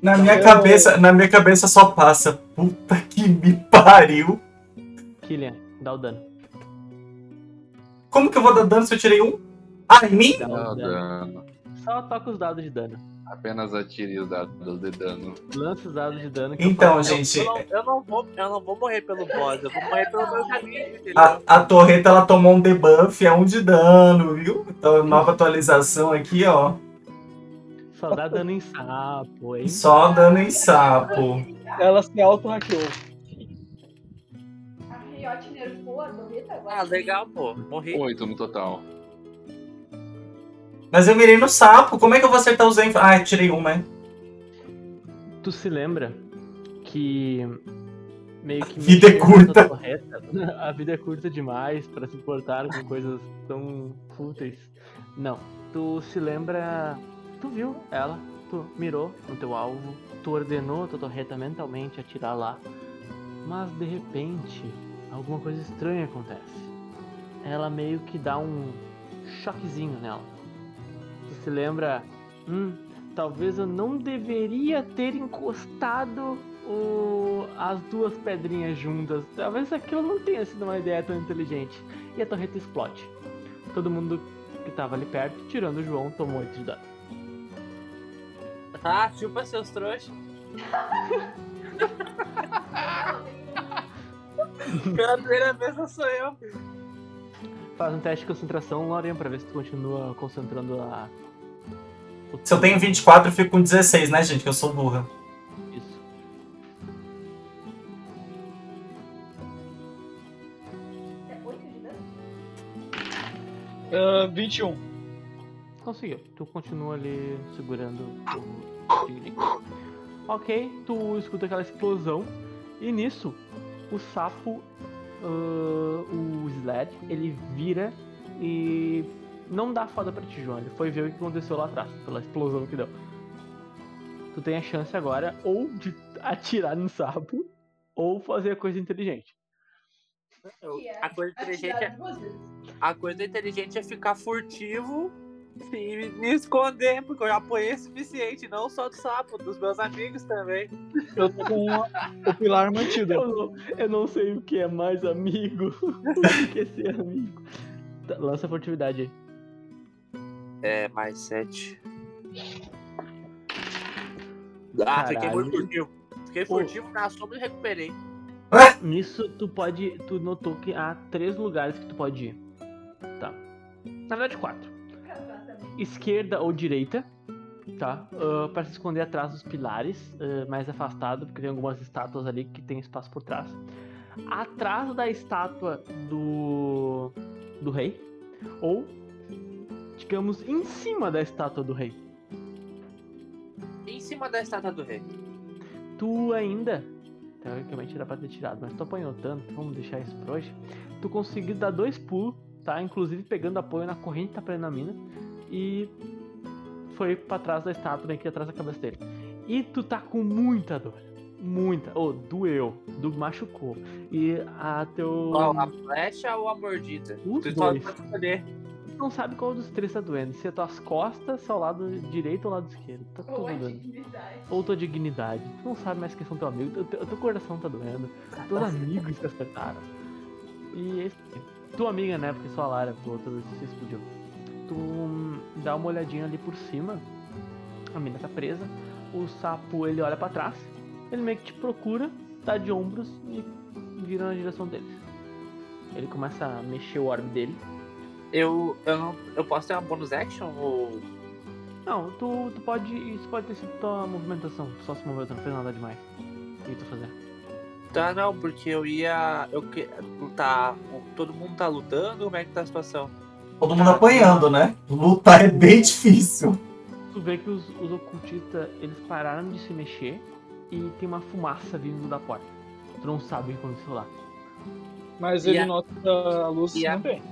C: Na minha
E: Eu-
C: cabeça, na minha cabeça só passa, puta que me pariu.
A: Killian, dá o dano.
C: Como que eu vou dar dano se eu tirei um? Ah, em mim?
A: Dá o
B: Dá
A: dano.
B: dano.
A: Só toca os dados de dano.
B: Apenas atire os dados de dano.
A: Lança os dados de dano. que eu
C: Então,
A: falo.
C: gente,
D: Eu não, eu não vou, eu não vou morrer pelo boss, eu vou morrer pelo meu juízo, entendeu?
C: a, a torreta ela tomou um debuff, é um de dano, viu? Então, nova atualização aqui, ó.
A: Só dá dano em sapo, hein?
C: Só dano em sapo.
E: Ela se auto-hackeou.
F: A Riot nerfou a Dorita agora.
D: Ah, legal, pô. Morri.
B: Oito no total.
C: Mas eu mirei no sapo, como é que eu vou acertar o Zen? Ah, eu tirei um, né?
A: Tu se lembra que meio que
C: vida é
A: mexer na
C: curta.
A: tua torreta, a vida é curta demais pra se importar com coisas tão fúteis. Não, tu se lembra, tu viu ela, tu mirou no teu alvo, tu ordenou a tua torreta mentalmente atirar lá, mas de repente alguma coisa estranha acontece. Ela meio que dá um choquezinho nela. Tu se lembra, hum, Talvez eu não deveria ter encostado o- as duas pedrinhas juntas. Talvez aquilo não tenha sido uma ideia tão inteligente. E a torreta explode. Todo mundo que tava ali perto, tirando o João, tomou 8 de dano.
D: Ah, chupa seus trouxas.
F: Ah,
D: Pela primeira vez eu sou eu.
A: Faz um teste de concentração, Lauren, pra ver se tu continua concentrando a. o-
C: Se eu tenho 24, eu fico com 16, né, gente? Que eu sou burra.
A: Isso.
F: É 8 de dano?
E: Ah, 21.
A: Conseguiu. Tu continua ali segurando o tigre. Ok, tu escuta aquela explosão. E nisso, o sapo, ah, o Sled, ele vira e não dá foda pra ti, João. Ele foi ver o que aconteceu lá atrás, pela explosão que deu. tu tem a chance agora ou de atirar no sapo ou fazer a coisa inteligente.
D: Eu-
F: Que é
D: A coisa inteligente é,
F: atirado duas vezes.
D: a coisa inteligente é ficar furtivo e me esconder, porque eu já apanhei o suficiente, não só do sapo, dos meus amigos também.
E: Eu tô com o pilar mantido. né?
A: Eu não, eu não sei o que é mais amigo. o que é ser amigo. Tá, lança a furtividade aí.
D: É, mais sete. Ah, fiquei
A: Caralho.
D: muito furtivo. Fiquei
A: Pô.
D: furtivo na sombra e recuperei.
A: Nisso, tu pode. Tu notou que há três lugares que tu pode ir. Tá. Na verdade, quatro.
F: Casar também.
A: Esquerda ou direita. Tá. Ah, pra se esconder atrás dos pilares, ah, mais afastado, porque tem algumas estátuas ali que tem espaço por trás. Atrás da estátua do. do rei. Ou, digamos, em cima da estátua do rei.
D: Em cima da estátua do rei.
A: tu ainda. Teoricamente era pra ter tirado, mas tu apanhou tanto, vamos deixar isso por hoje. Tu conseguiu dar dois pulos, tá? Inclusive pegando apoio na corrente da prenamina. E foi pra trás da estátua, bem aqui atrás da cabeça dele. E tu tá com muita dor. Muita. Ô, doeu. Do machucou. E a teu.
D: Ó, a flecha ou a mordida?
A: Os
D: tu
A: dois.
D: só pode escolher.
A: Tu não sabe qual dos três tá doendo. Se é tuas costas, se é o lado direito ou o lado esquerdo. Tá tudo
F: Ou a
A: doendo
F: dignidade.
A: ou tua dignidade. Tu não sabe mais quem são teu amigo, teu, teu, teu coração tá doendo, teus amigos te acertaram. E é isso aí. tua amiga, né? Porque só a Lara, porque outra se explodiu. Tu hum, dá uma olhadinha ali por cima, a mina tá presa, o sapo ele olha pra trás, ele meio que te procura, tá de ombros e vira na direção deles. Ele começa a mexer o orbe dele.
D: Eu, eu, não, eu posso ter uma bonus action ou.
A: Não, tu, tu pode. Isso pode ter sido tua movimentação. Tu só se moveu, tu não fez nada demais. O que tu fazer?
D: Tá, não, porque eu ia. Eu que... tá, todo mundo tá lutando? Como é que tá a situação?
C: Todo mundo apanhando, né? Lutar é bem difícil.
A: Tu vê que os, os ocultistas eles pararam de se mexer e tem uma fumaça vindo da porta. Tu não sabe o que aconteceu lá.
E: Mas
D: E
E: ele
D: a-
E: nota a luz
D: e a-
E: também.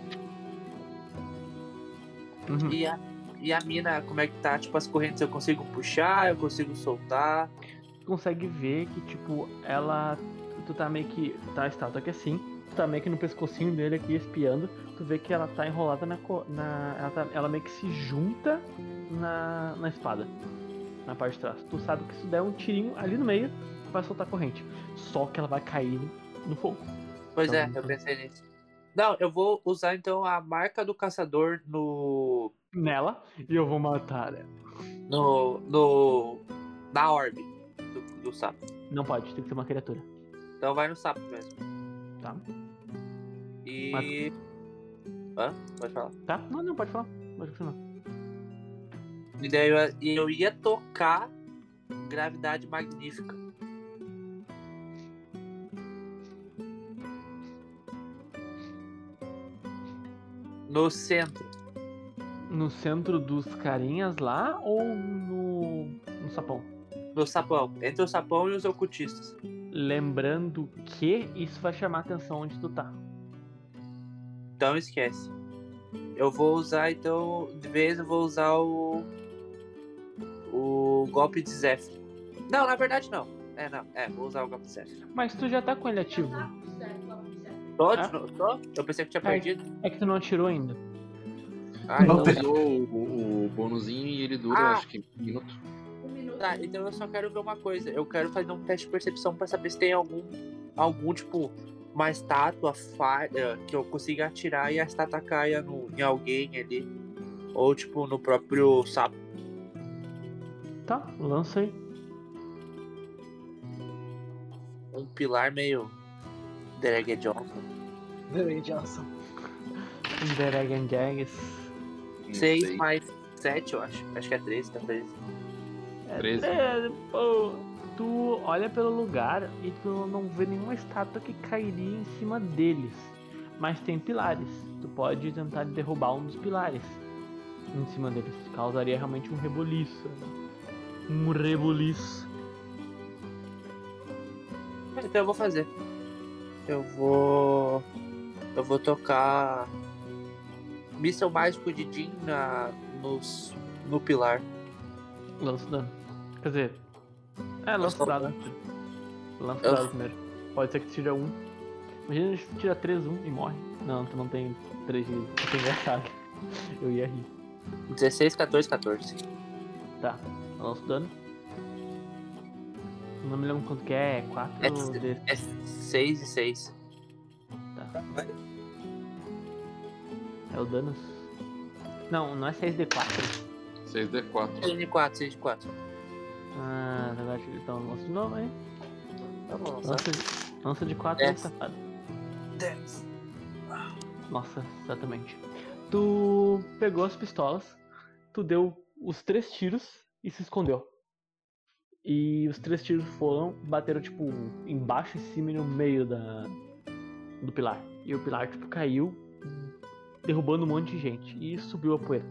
A: Uhum.
D: E a, e a mina, como é que tá? Tipo, as correntes eu consigo puxar, eu consigo soltar.
A: Tu consegue ver que, tipo, ela. Tu tá meio que. Tá a estátua aqui assim. Tu tá meio que no pescocinho dele aqui espiando. Tu vê que ela tá enrolada na. co- na ela, tá- ela meio que se junta na, na espada. Na parte de trás. Tu sabe que se der um tirinho ali no meio, vai soltar a corrente. Só que ela vai cair no fogo.
D: Pois é,
A: Então-
D: eu pensei nisso. Não, eu vou usar então a marca do caçador no.
A: Nela. E eu vou matar ela.
D: no. no. na orbe do, do sapo.
A: Não pode, tem que ser uma criatura.
D: Então vai no sapo mesmo.
A: Tá.
D: E. Hã? Pode falar.
A: Tá? Não, não, pode falar. Pode continuar.
D: E daí eu, e eu ia tocar Gravidade Magnífica. No centro.
A: No centro dos carinhas lá ou no, no sapão?
D: No sapão. Entre o sapão e os ocultistas.
A: Lembrando que isso vai chamar a atenção onde tu tá.
D: Então esquece. Eu vou usar, então. De vez eu vou usar o. O golpe de Zephyr. Não, na verdade não. É, não. É, vou usar o golpe de Zephyr.
A: Mas tu já tá com ele ativo.
F: Casar com o certo, lá com o certo.
D: Tô,
A: Ah.
D: tô? Eu pensei que tinha
A: Ai.
D: perdido.
A: É que tu não atirou ainda.
D: Ah,
C: Não
D: então
C: tem-
B: Usou o, o bonuzinho e ele dura,
D: Ah.
B: acho que um minuto.
F: Um minuto.
D: Tá, então eu só quero ver uma coisa. Eu quero fazer um teste de percepção pra saber se tem algum, algum tipo, uma estátua falha que eu consiga atirar e a estátua caia no, em alguém ali. Ou, tipo, no próprio sapo.
A: Tá, lança aí.
D: Um pilar meio. Derek Johnson.
E: Peraí, Johnson.
A: Um Dereg and Jags.
B: Não
D: 6
B: sei,
D: mais 7, eu acho. Acho que é 13, tá 13.
B: 13.
A: É, pô, tu olha pelo lugar e tu não vê nenhuma estátua que cairia em cima deles. Mas tem pilares. Tu pode tentar derrubar um dos pilares em cima deles. Causaria realmente um reboliço. Um reboliço.
D: Então eu vou fazer. Eu vou. Eu vou tocar. Míssel mágico de Jin na, nos, no pilar.
A: Lança o dano. Quer dizer, É, lança o
D: Eu só-
A: dado. Lança o
D: Eu-
A: dado primeiro. Pode ser que tu tira um. Imagina a gente tira 3, 1 e morre. Não, tu não tem 3 de vida. Isso é engraçado. Eu ia rir.
D: 16, 14, 14.
A: Tá, lança o dano. Não me lembro quanto que é, 4
D: É,
A: de...
D: é 6 e 6.
A: Tá. É o dano? Não, não é 6d4.
B: 6d4.
D: 6 de 4, 6 de 4.
A: Ah, agora então lança de novo, hein?
D: Tá bom, só
A: Lança de, lança de 4 é
D: Dez.
A: safado.
D: 10.
A: Nossa, exatamente. Tu pegou as pistolas, tu deu os três tiros e se escondeu. E os três tiros foram, bateram tipo embaixo, em cima e no meio da do pilar. E o pilar tipo caiu, derrubando um monte de gente e subiu a poeira.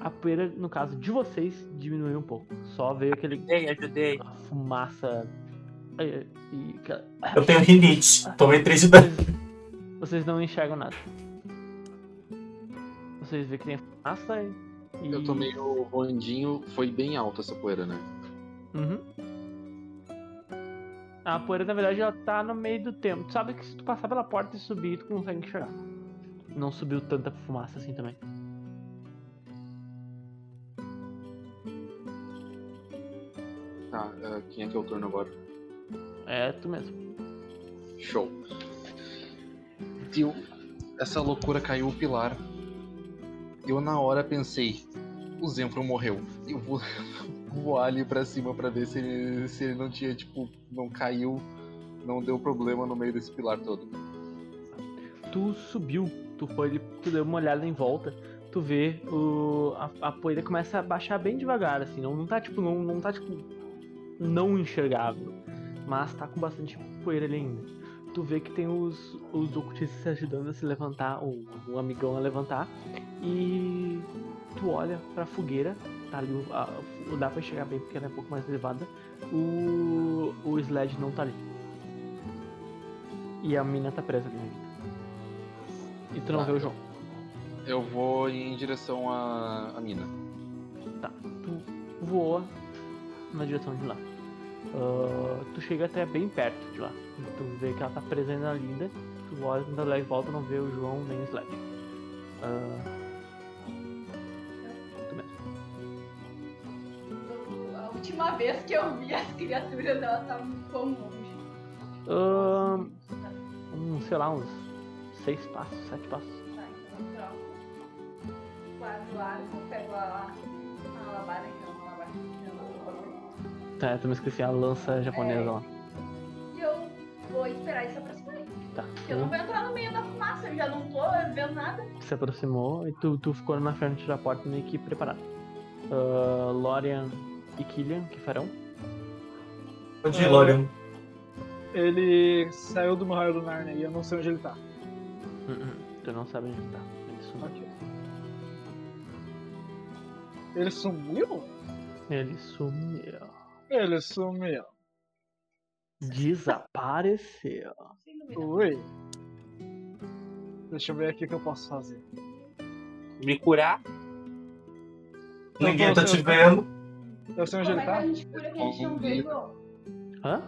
A: A poeira, no caso de vocês, diminuiu um pouco. Só veio aquele
D: Ei, ajudei.
A: aquela fumaça eh, e aquela-
C: Eu tenho rinite. Tomei 3 de dano.
A: Vocês não enxergam nada. Vocês veem que tem fumaça e.
B: Eu tomei o rondinho, foi bem alta essa poeira, né?
A: Uhum. A poeira, na verdade, ela tá no meio do tempo. Tu sabe que se tu passar pela porta e subir, tu consegue enxergar. Não subiu tanta fumaça assim também.
B: Tá, ah, quem é que é o turno agora?
A: É tu mesmo.
B: Show. Deu. Essa loucura caiu o pilar. Eu na hora pensei, o Zenfro morreu. Eu vou voar ali pra cima pra ver se ele, se ele não tinha, tipo, não caiu, não deu problema no meio desse pilar todo.
A: Tu subiu, tu foi ali, tu deu uma olhada em volta. Tu vê o, a, a poeira começa a baixar bem devagar, assim. Não, não tá tipo, não, não tá tipo. Não enxergável. Mas tá com bastante poeira ali ainda. tu vê que tem os, os ocultistas se ajudando a se levantar, ou um amigão a levantar, e tu olha pra fogueira, tá ali, o- a, o- dá pra chegar bem porque ela é um pouco mais elevada, o, o sled não tá ali. E a mina tá presa ali ainda. E tu não
B: Ah,
A: vê o
B: eu-
A: João.
B: Eu vou em direção à, à mina.
A: tu voa na direção de lá. Ah, tu chega até bem perto de lá. Tu vê que ela tá presa ainda linda. Tu olha quando ela volta, não vê o João nem o Sled. Ah,
F: Eu- A última vez que eu vi as criaturas, elas estavam tão longe. Tá,
A: Ahn. Ah, um, sei lá, uns seis passos, sete passos.
F: Tá, então eu troco. Guardo o arco, pego a, a alabara, então, a alabara.
A: Tá, eu também esqueci a lança japonesa
F: É.
A: lá.
F: E eu vou esperar isso aproximarem.
A: Tá.
F: Eu não
A: Tu
F: vou entrar no meio da fumaça, eu já não tô vendo nada.
A: se aproximou e tu, tu ficou na frente da porta meio que preparado. Ah, Lorian e Killian, que farão?
C: Onde, Lorian?
E: Ele saiu do meu raio do Narnia e eu não sei onde ele tá.
F: Uhum.
A: Tu não sabe onde tá. Ele sumiu.
E: Ok. Ele sumiu?
A: Ele sumiu.
E: Ele sumiu.
A: Desapareceu.
F: Sem dúvida.
E: Ui. Deixa eu ver aqui o que eu posso fazer.
D: Me curar?
C: Ninguém tá te
E: eu-
C: vendo.
E: Eu sei onde ele
F: Como é que a
E: tá?
F: gente cura que a gente não
A: Uhum.
F: vê, João?
A: Hã?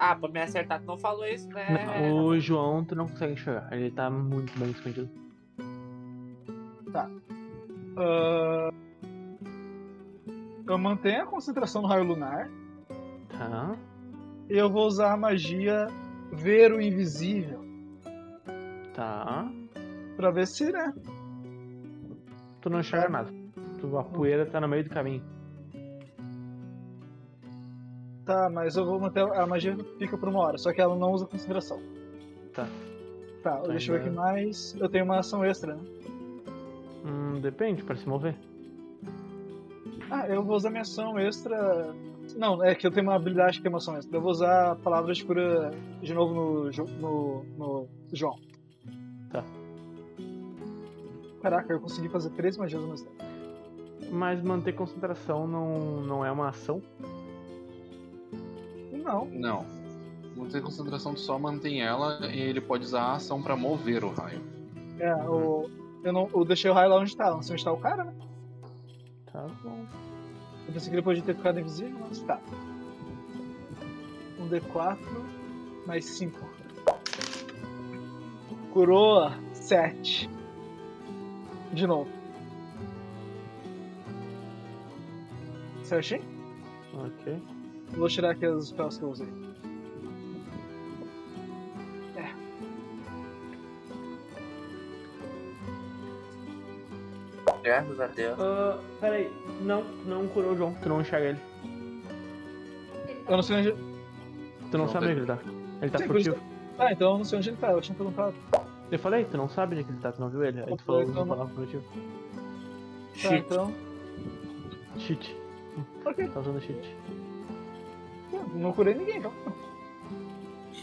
D: Ah, pra me acertar, tu não falou isso,
A: É.
D: né?
A: Não, o João, tu não consegue enxergar. Ele tá muito bem escondido.
E: Ah, Eu mantenho a concentração no raio lunar
A: Tá.
E: e eu vou usar a magia ver o invisível
A: Tá.
E: Pra ver se, né?
A: Tu não enxerga nada. Tu, a poeira tá no meio do caminho.
E: Tá, mas eu vou manter a magia fica por uma hora, só que ela não usa concentração.
A: Tá.
E: Tá,
A: Tá,
E: deixa eu ver
A: ainda-
E: aqui mais. Eu tenho uma ação extra, né?
A: Hum, depende, pra se mover.
E: Ah, eu vou usar minha ação extra. Não, é que eu tenho uma habilidade que tem uma ação extra. Eu vou usar a palavra de cura de novo no, Jo- no, no João.
A: Tá.
E: Caraca, eu consegui fazer três magias ao mesmo tempo.
A: Mas manter concentração não, não é uma ação.
E: Não.
B: Não. Não tem concentração, tu só mantém ela e ele pode usar a ação pra mover o raio.
E: É, o, eu não. Eu deixei o raio lá onde tá, não sei onde tá o cara, né?
A: Tá bom.
E: Eu pensei que ele podia ter ficado invisível, mas tá. um D4 mais 5. Curou 7. De novo. Certinho?
A: Ok.
E: Vou tirar aqui as spells que eu usei. É.
D: Graças a Deus.
A: Ah, peraí. Não, tu não curou o João. Tu não enxerga ele.
F: Ele tá
E: Eu não sei onde.
A: Tu não,
B: Não,
A: sabe onde ele tá. Ele tá
E: Sim, por isso-
A: furtivo.
E: Ah, então eu não sei onde ele tá. Eu tinha perguntado.
A: Eu falei, tu não sabe onde é que ele tá, tu não viu ele. Aí tu falou
E: Então
A: uma
E: não.
A: palavra furtivo.
E: Tá, então.
A: Cheat.
E: Ok.
A: Tá usando cheat.
E: Não curei ninguém, então.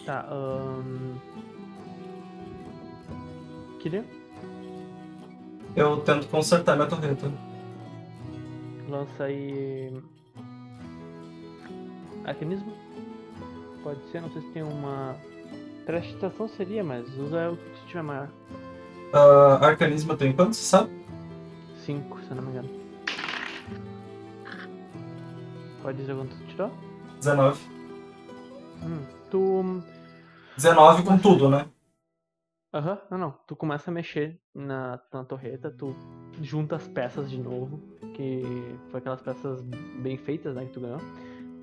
A: Tá, ahn. Queria?
C: Eu tento consertar minha torreta.
A: Lança aí. Arcanismo? Pode ser, não sei se tem uma. Prestação seria, mas usa o que tiver maior.
C: Ah, arcanismo eu tenho quanto, você sabe?
A: 5, se eu não me engano. Pode dizer quanto tu tirou?
C: 19.
A: Hum, tu.
C: 19 com tudo, né?
A: Aham, não, não. Tu começa a mexer na, na torreta, tu junta as peças de novo, que foi aquelas peças bem feitas, né, que tu ganhou.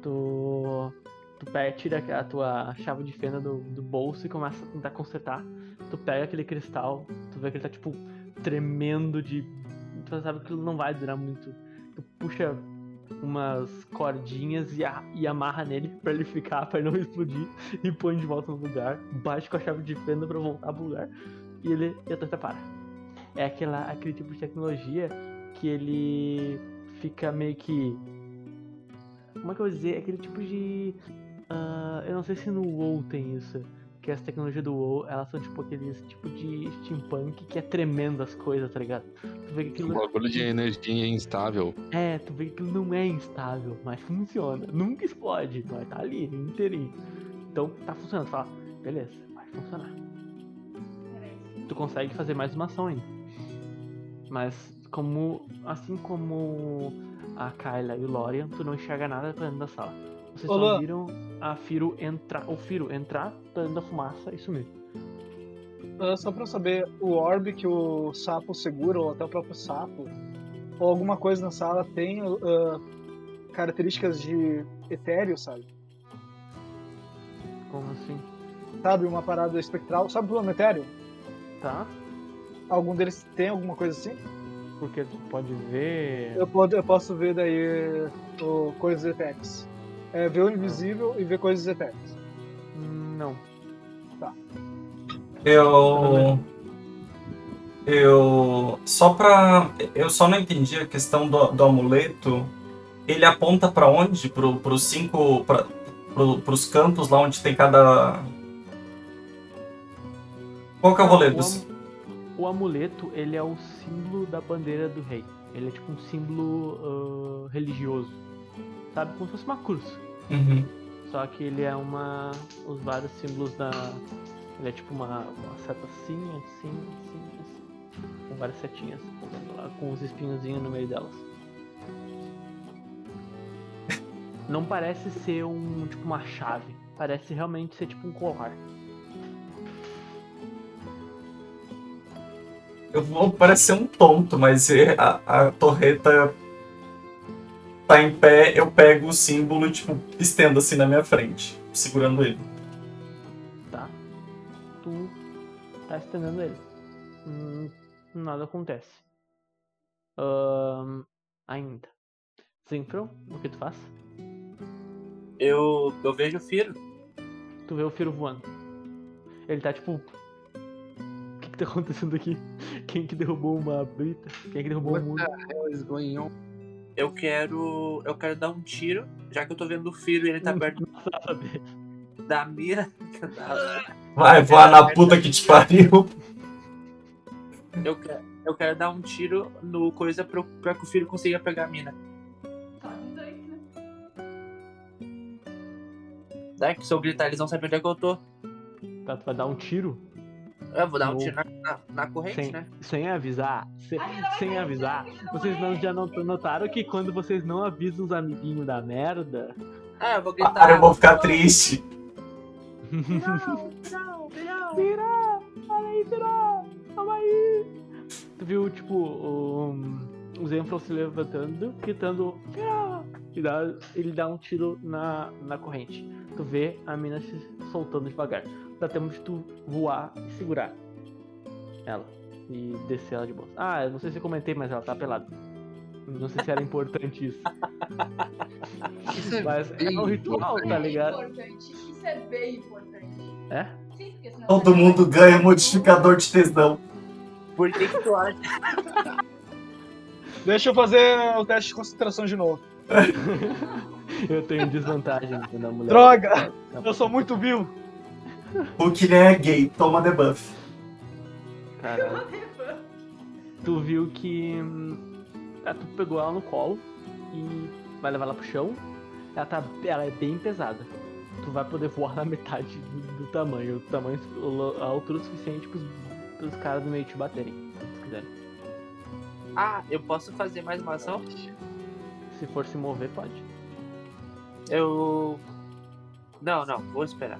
A: Tu, tu pega, tira a tua chave de fenda do, do bolso e começa a tentar consertar. Tu pega aquele cristal, tu vê que ele tá, tipo, tremendo de... Tu sabe que ele não vai durar muito. Tu puxa umas cordinhas e, a- e amarra nele pra ele ficar, pra ele não explodir e põe de volta no lugar, bate com a chave de fenda pra voltar pro lugar e ele e a torta para. É aquela, aquele tipo de tecnologia que ele fica meio que. Como é que eu vou dizer? Aquele tipo de. ah, eu não sei se no WoW tem isso. Que as tecnologias do WoW, elas são tipo aqueles tipo de steampunk que é tremendo as coisas, tá ligado? Tu vê que
B: Um
A: aquilo
B: bagulho de energia instável.
A: é, tu vê que aquilo não é instável, mas funciona. Nunca explode, mas tá ali, inteirinho. Então tá funcionando. Tu fala, beleza, vai funcionar.
F: diferente.
A: Tu consegue fazer mais uma ação ainda. Mas como. assim como a Kyla e o Lorian, tu não enxerga nada pra dentro da sala. Vocês
E: Ô,
A: só
E: Luan.
A: viram a Firo entrar. O Firo entrar pra dentro da fumaça e sumir.
E: Ah, só pra eu saber, o orb que o sapo segura, ou até o próprio sapo, ou alguma coisa na sala, tem ah, características de etéreo, sabe?
A: Como assim?
E: Sabe, uma parada espectral. Sabe o plano etéreo?
A: Tá?
E: Algum deles tem alguma coisa assim?
A: Porque tu pode ver.
E: Eu, pod- eu posso ver daí o- coisas etéreas. É, ver o invisível e ver coisas etéreas.
A: Hum, Não.
C: Eu. Eu. Só pra. Eu só não entendi a questão do, do amuleto. Ele aponta pra onde? Pro, pros cinco. Pra, pro, pros cantos lá onde tem cada. Qual que é o
A: Não,
C: rolê
A: o
C: dos.
A: amu- O amuleto, ele é o símbolo da bandeira do rei. Ele é tipo um símbolo ah, religioso. Sabe? Como se fosse uma cruz.
C: Uhum.
A: Só que ele é uma. Os vários símbolos da. Ele é tipo uma, uma seta assim, assim, assim, assim. Com várias setinhas. lá, Com os espinhozinhos no meio delas. Não parece ser um. Tipo uma chave. Parece realmente ser tipo um colar.
C: Eu vou parecer um tonto, mas é- a, a torreta tá em pé, eu pego o símbolo e, tipo, estendo assim na minha frente, segurando ele.
A: tá? Tu tá estendendo ele. Hum, Nada acontece. Ahn, ainda. Zinfro, o que tu faz?
D: Eu, eu vejo o Firo.
A: Tu vê o Firo voando. Ele tá tipo. O que que tá acontecendo aqui? Quem que derrubou uma brita? Quem que derrubou um muro?
B: É
D: Eu quero. Eu quero dar um tiro. Já que eu tô vendo o Firo e ele tá perto
A: Não dá pra saber.
D: da mira. que eu tava.
C: Vai, voar na puta que te pariu.
D: Eu quero, eu quero dar um tiro no coisa pro, pra que o Firo consiga pegar a mina.
F: Só tem dois, né?
D: Né? Que se eu gritar, eles vão saber onde é que eu tô.
A: Tá, tu vai dar um tiro
D: Eu vou dar um
A: Não.
D: tiro na, na, na corrente,
A: sem,
D: né?
A: sem avisar. Sem,
F: A mina vai
A: sem
F: sair,
A: avisar.
F: não, a mina não
A: Vocês
F: é.
A: não- já não- notaram que quando vocês não avisam os amiguinhos da merda,
D: Ah, eu vou gritar.
C: Para, eu vou ficar triste.
A: Não, não, não. Virá! Olha aí, virá! Calma aí! Tu viu, tipo, o, o Zenfro se levantando, gritando virá! E dá, ele dá um tiro na, na corrente. Tu vê a mina se soltando devagar. Dá tempo de tu voar e segurar ela. E descer ela de boa. Ah, eu não sei se eu comentei, mas ela tá pelada. Não sei se era importante isso.
B: Isso é
A: Mas é
B: bem
A: um ritual,
B: importante.
A: tá ligado?
F: É importante. Isso é bem importante.
A: É?
F: Sim, porque senão
C: Todo mundo ganha modificador de tesão.
D: Por que que tu acha?
E: Deixa eu fazer o teste de concentração de novo.
A: Eu tenho desvantagem na mulher.
E: Droga! Eu sou muito vil.
C: O que nem é gay, toma debuff.
A: Caralho. tu viu que. hum, ah, tu pegou ela no colo e vai levar ela pro chão. Ela, tá, ela é bem pesada. Tu vai poder voar na metade do, do tamanho. Do tamanho a altura é suficiente pros, pros caras do meio te baterem. Se eles quiserem.
D: Ah, eu posso fazer mais uma ação?
A: Se for se mover, pode.
D: Eu. Não, não, vou esperar.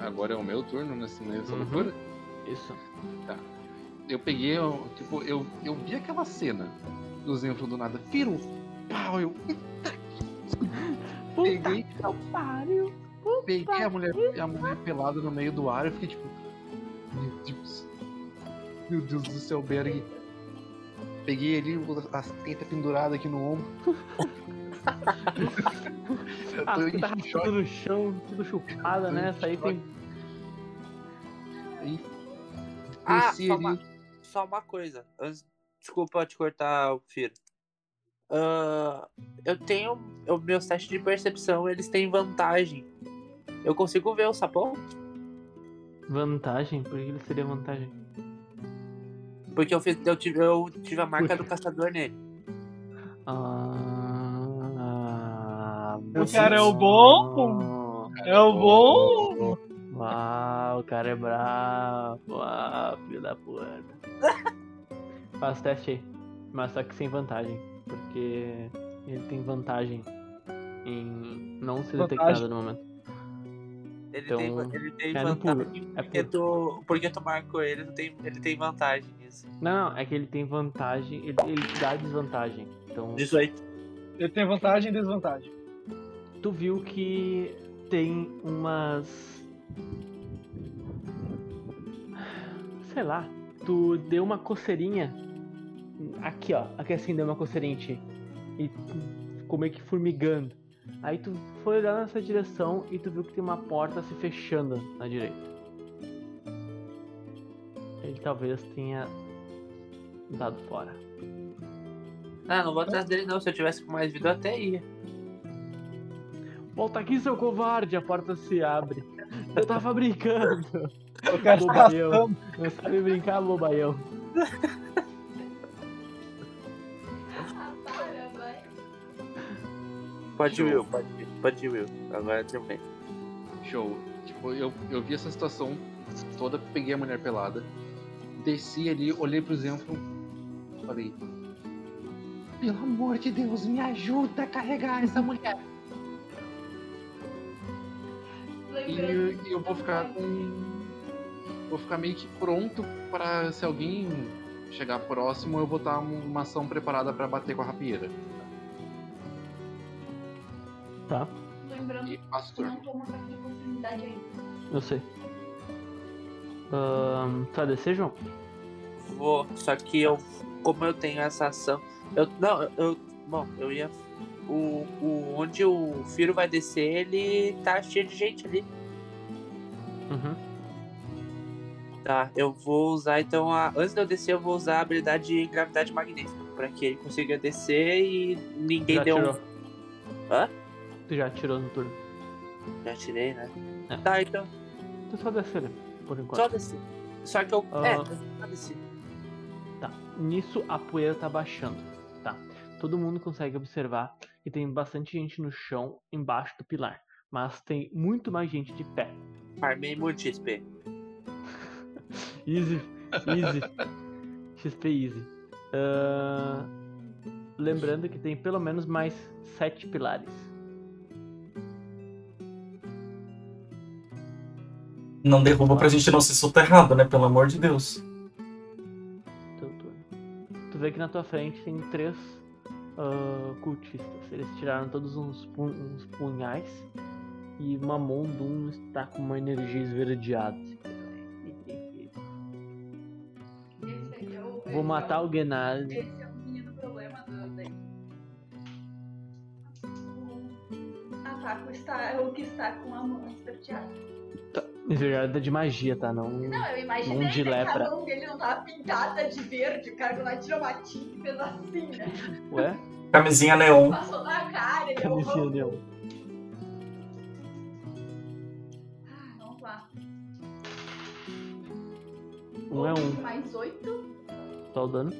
B: Agora é o meu turno nesse nessa
A: Uhum.
B: altura.
A: Isso.
B: Eu peguei, eu, tipo, eu, eu vi aquela cena do Zenfro do nada. Firo! Pau! Eu peguei,
A: pariu!
B: peguei a mulher, a mulher pelada no meio do ar. Eu fiquei tipo. Meu Deus! Meu Deus do céu, Berg! Peguei ali as tetas penduradas aqui no ombro. eu
A: Ah,
B: tô
A: tu tá
B: em choque.
A: tudo no chão, tudo chupada, né? Essa aí tem.
D: Ah,
B: Desci
D: só
B: ali.
D: uma, só uma coisa. Antes- Desculpa te cortar, Firo. Ah, eu tenho. O meu teste de percepção, eles têm vantagem. Eu consigo ver o sapão?
A: Vantagem? Por que ele seria vantagem?
D: Porque eu, fiz, eu, tive, eu tive a marca do caçador nele.
A: Ah,
E: O cara é o bom. É o bom.
A: Uau, o cara é bravo. Uau, filho da puta. Faz teste aí. Mas só que sem vantagem. Porque ele tem vantagem em não ser
E: Vantagem.
A: detectado no momento.
D: Ele
A: Então,
D: tem, ele tem
A: é no
D: vantagem.
A: É
D: Porque
A: puro.
D: tu, porque tu marcou ele, tu tem, ele tem vantagem nisso.
A: Não, não, é que ele tem vantagem. Ele, ele te dá desvantagem. Então.
D: 18.
E: Ele tem vantagem e desvantagem.
A: tu viu que tem umas. Sei lá. Tu deu uma coceirinha. Aqui, ó. Aqui assim deu uma coceirinha em ti. E tu ficou meio que formigando. Aí tu foi olhar nessa direção e tu viu que tem uma porta se fechando na direita. Ele talvez tenha dado fora.
D: Ah, não vou atrás dele não. Se eu tivesse com mais vida, eu até ia.
A: Volta aqui, seu covarde! A porta se abre. Eu tava brincando!
E: Eu quero
A: Boba, eu.
E: ação.
A: Não sabe brincar, bobaião.
F: Ah, para, vai.
D: Pode ir, Will. Pode ir, pode ir, Will. Agora eu terminei.
B: Show. Tipo, eu, eu vi essa situação toda, peguei a mulher pelada, desci ali, olhei pro Zenfro, falei: Pelo amor de Deus, me ajuda a carregar essa mulher. E
F: Lembrando
B: eu, eu vou ficar com. Vou ficar meio que pronto pra se alguém chegar próximo, eu vou estar uma ação preparada pra bater com a rapieira.
A: Tá,
F: Lembrando
B: E passo o
F: que
B: turno.
F: não toma ataque de oportunidade ainda.
A: eu sei. Ahn, tu vai descer, João?
D: Vou, só que eu, como eu tenho essa ação, eu não, eu, bom, eu ia o, o onde o Firo vai descer, ele tá cheio de gente ali.
A: Uhum.
D: Tá, eu vou usar então a antes de eu descer, eu vou usar a habilidade de gravidade magnética para que ele consiga descer e ninguém
A: Já
D: deu. um
A: tirou.
D: Hã?
A: Tu já tirou no turno.
D: Já tirei, né?
A: É.
D: Tá, então
A: Tu só descer, né? Por enquanto.
D: só descer. Só que eu,
A: Ah.
D: é, eu só desci.
A: Tá. Nisso a poeira tá baixando. Tá. Todo mundo consegue observar que tem bastante gente no chão embaixo do pilar. Mas tem muito mais gente de pé.
D: Farmei muito XP.
A: Easy. Easy. XP Easy. Ahn, Lembrando que tem pelo menos mais sete pilares.
C: Não derruba pra gente não ser soterrado, né? Pelo amor de Deus.
A: Teu turno. Tu vê que na tua frente tem três ah, cultistas. Eles tiraram todos uns, pu- uns punhais e uma mão de um está com uma energia esverdeada. assim,
F: Esse aí é o- esse é
A: Vou matar o Genard.
F: Esse é o menino problema do daí. O Ataco está, é o que está com a mão esverdeada.
A: Esverdeada de magia, tá? Não.
F: Não, eu imaginei
A: Mão de
F: que
A: lepra.
F: a mão dele não tava pintada de verde, o cara lá tirou uma tinta e fez assim, né?
A: Ué?
C: Camisinha neon.
F: Passou na cara e eu
A: Camisinha neon.
F: Ah, vamos lá.
A: Um é um.
F: Mais oito.
A: Só Tá o dano.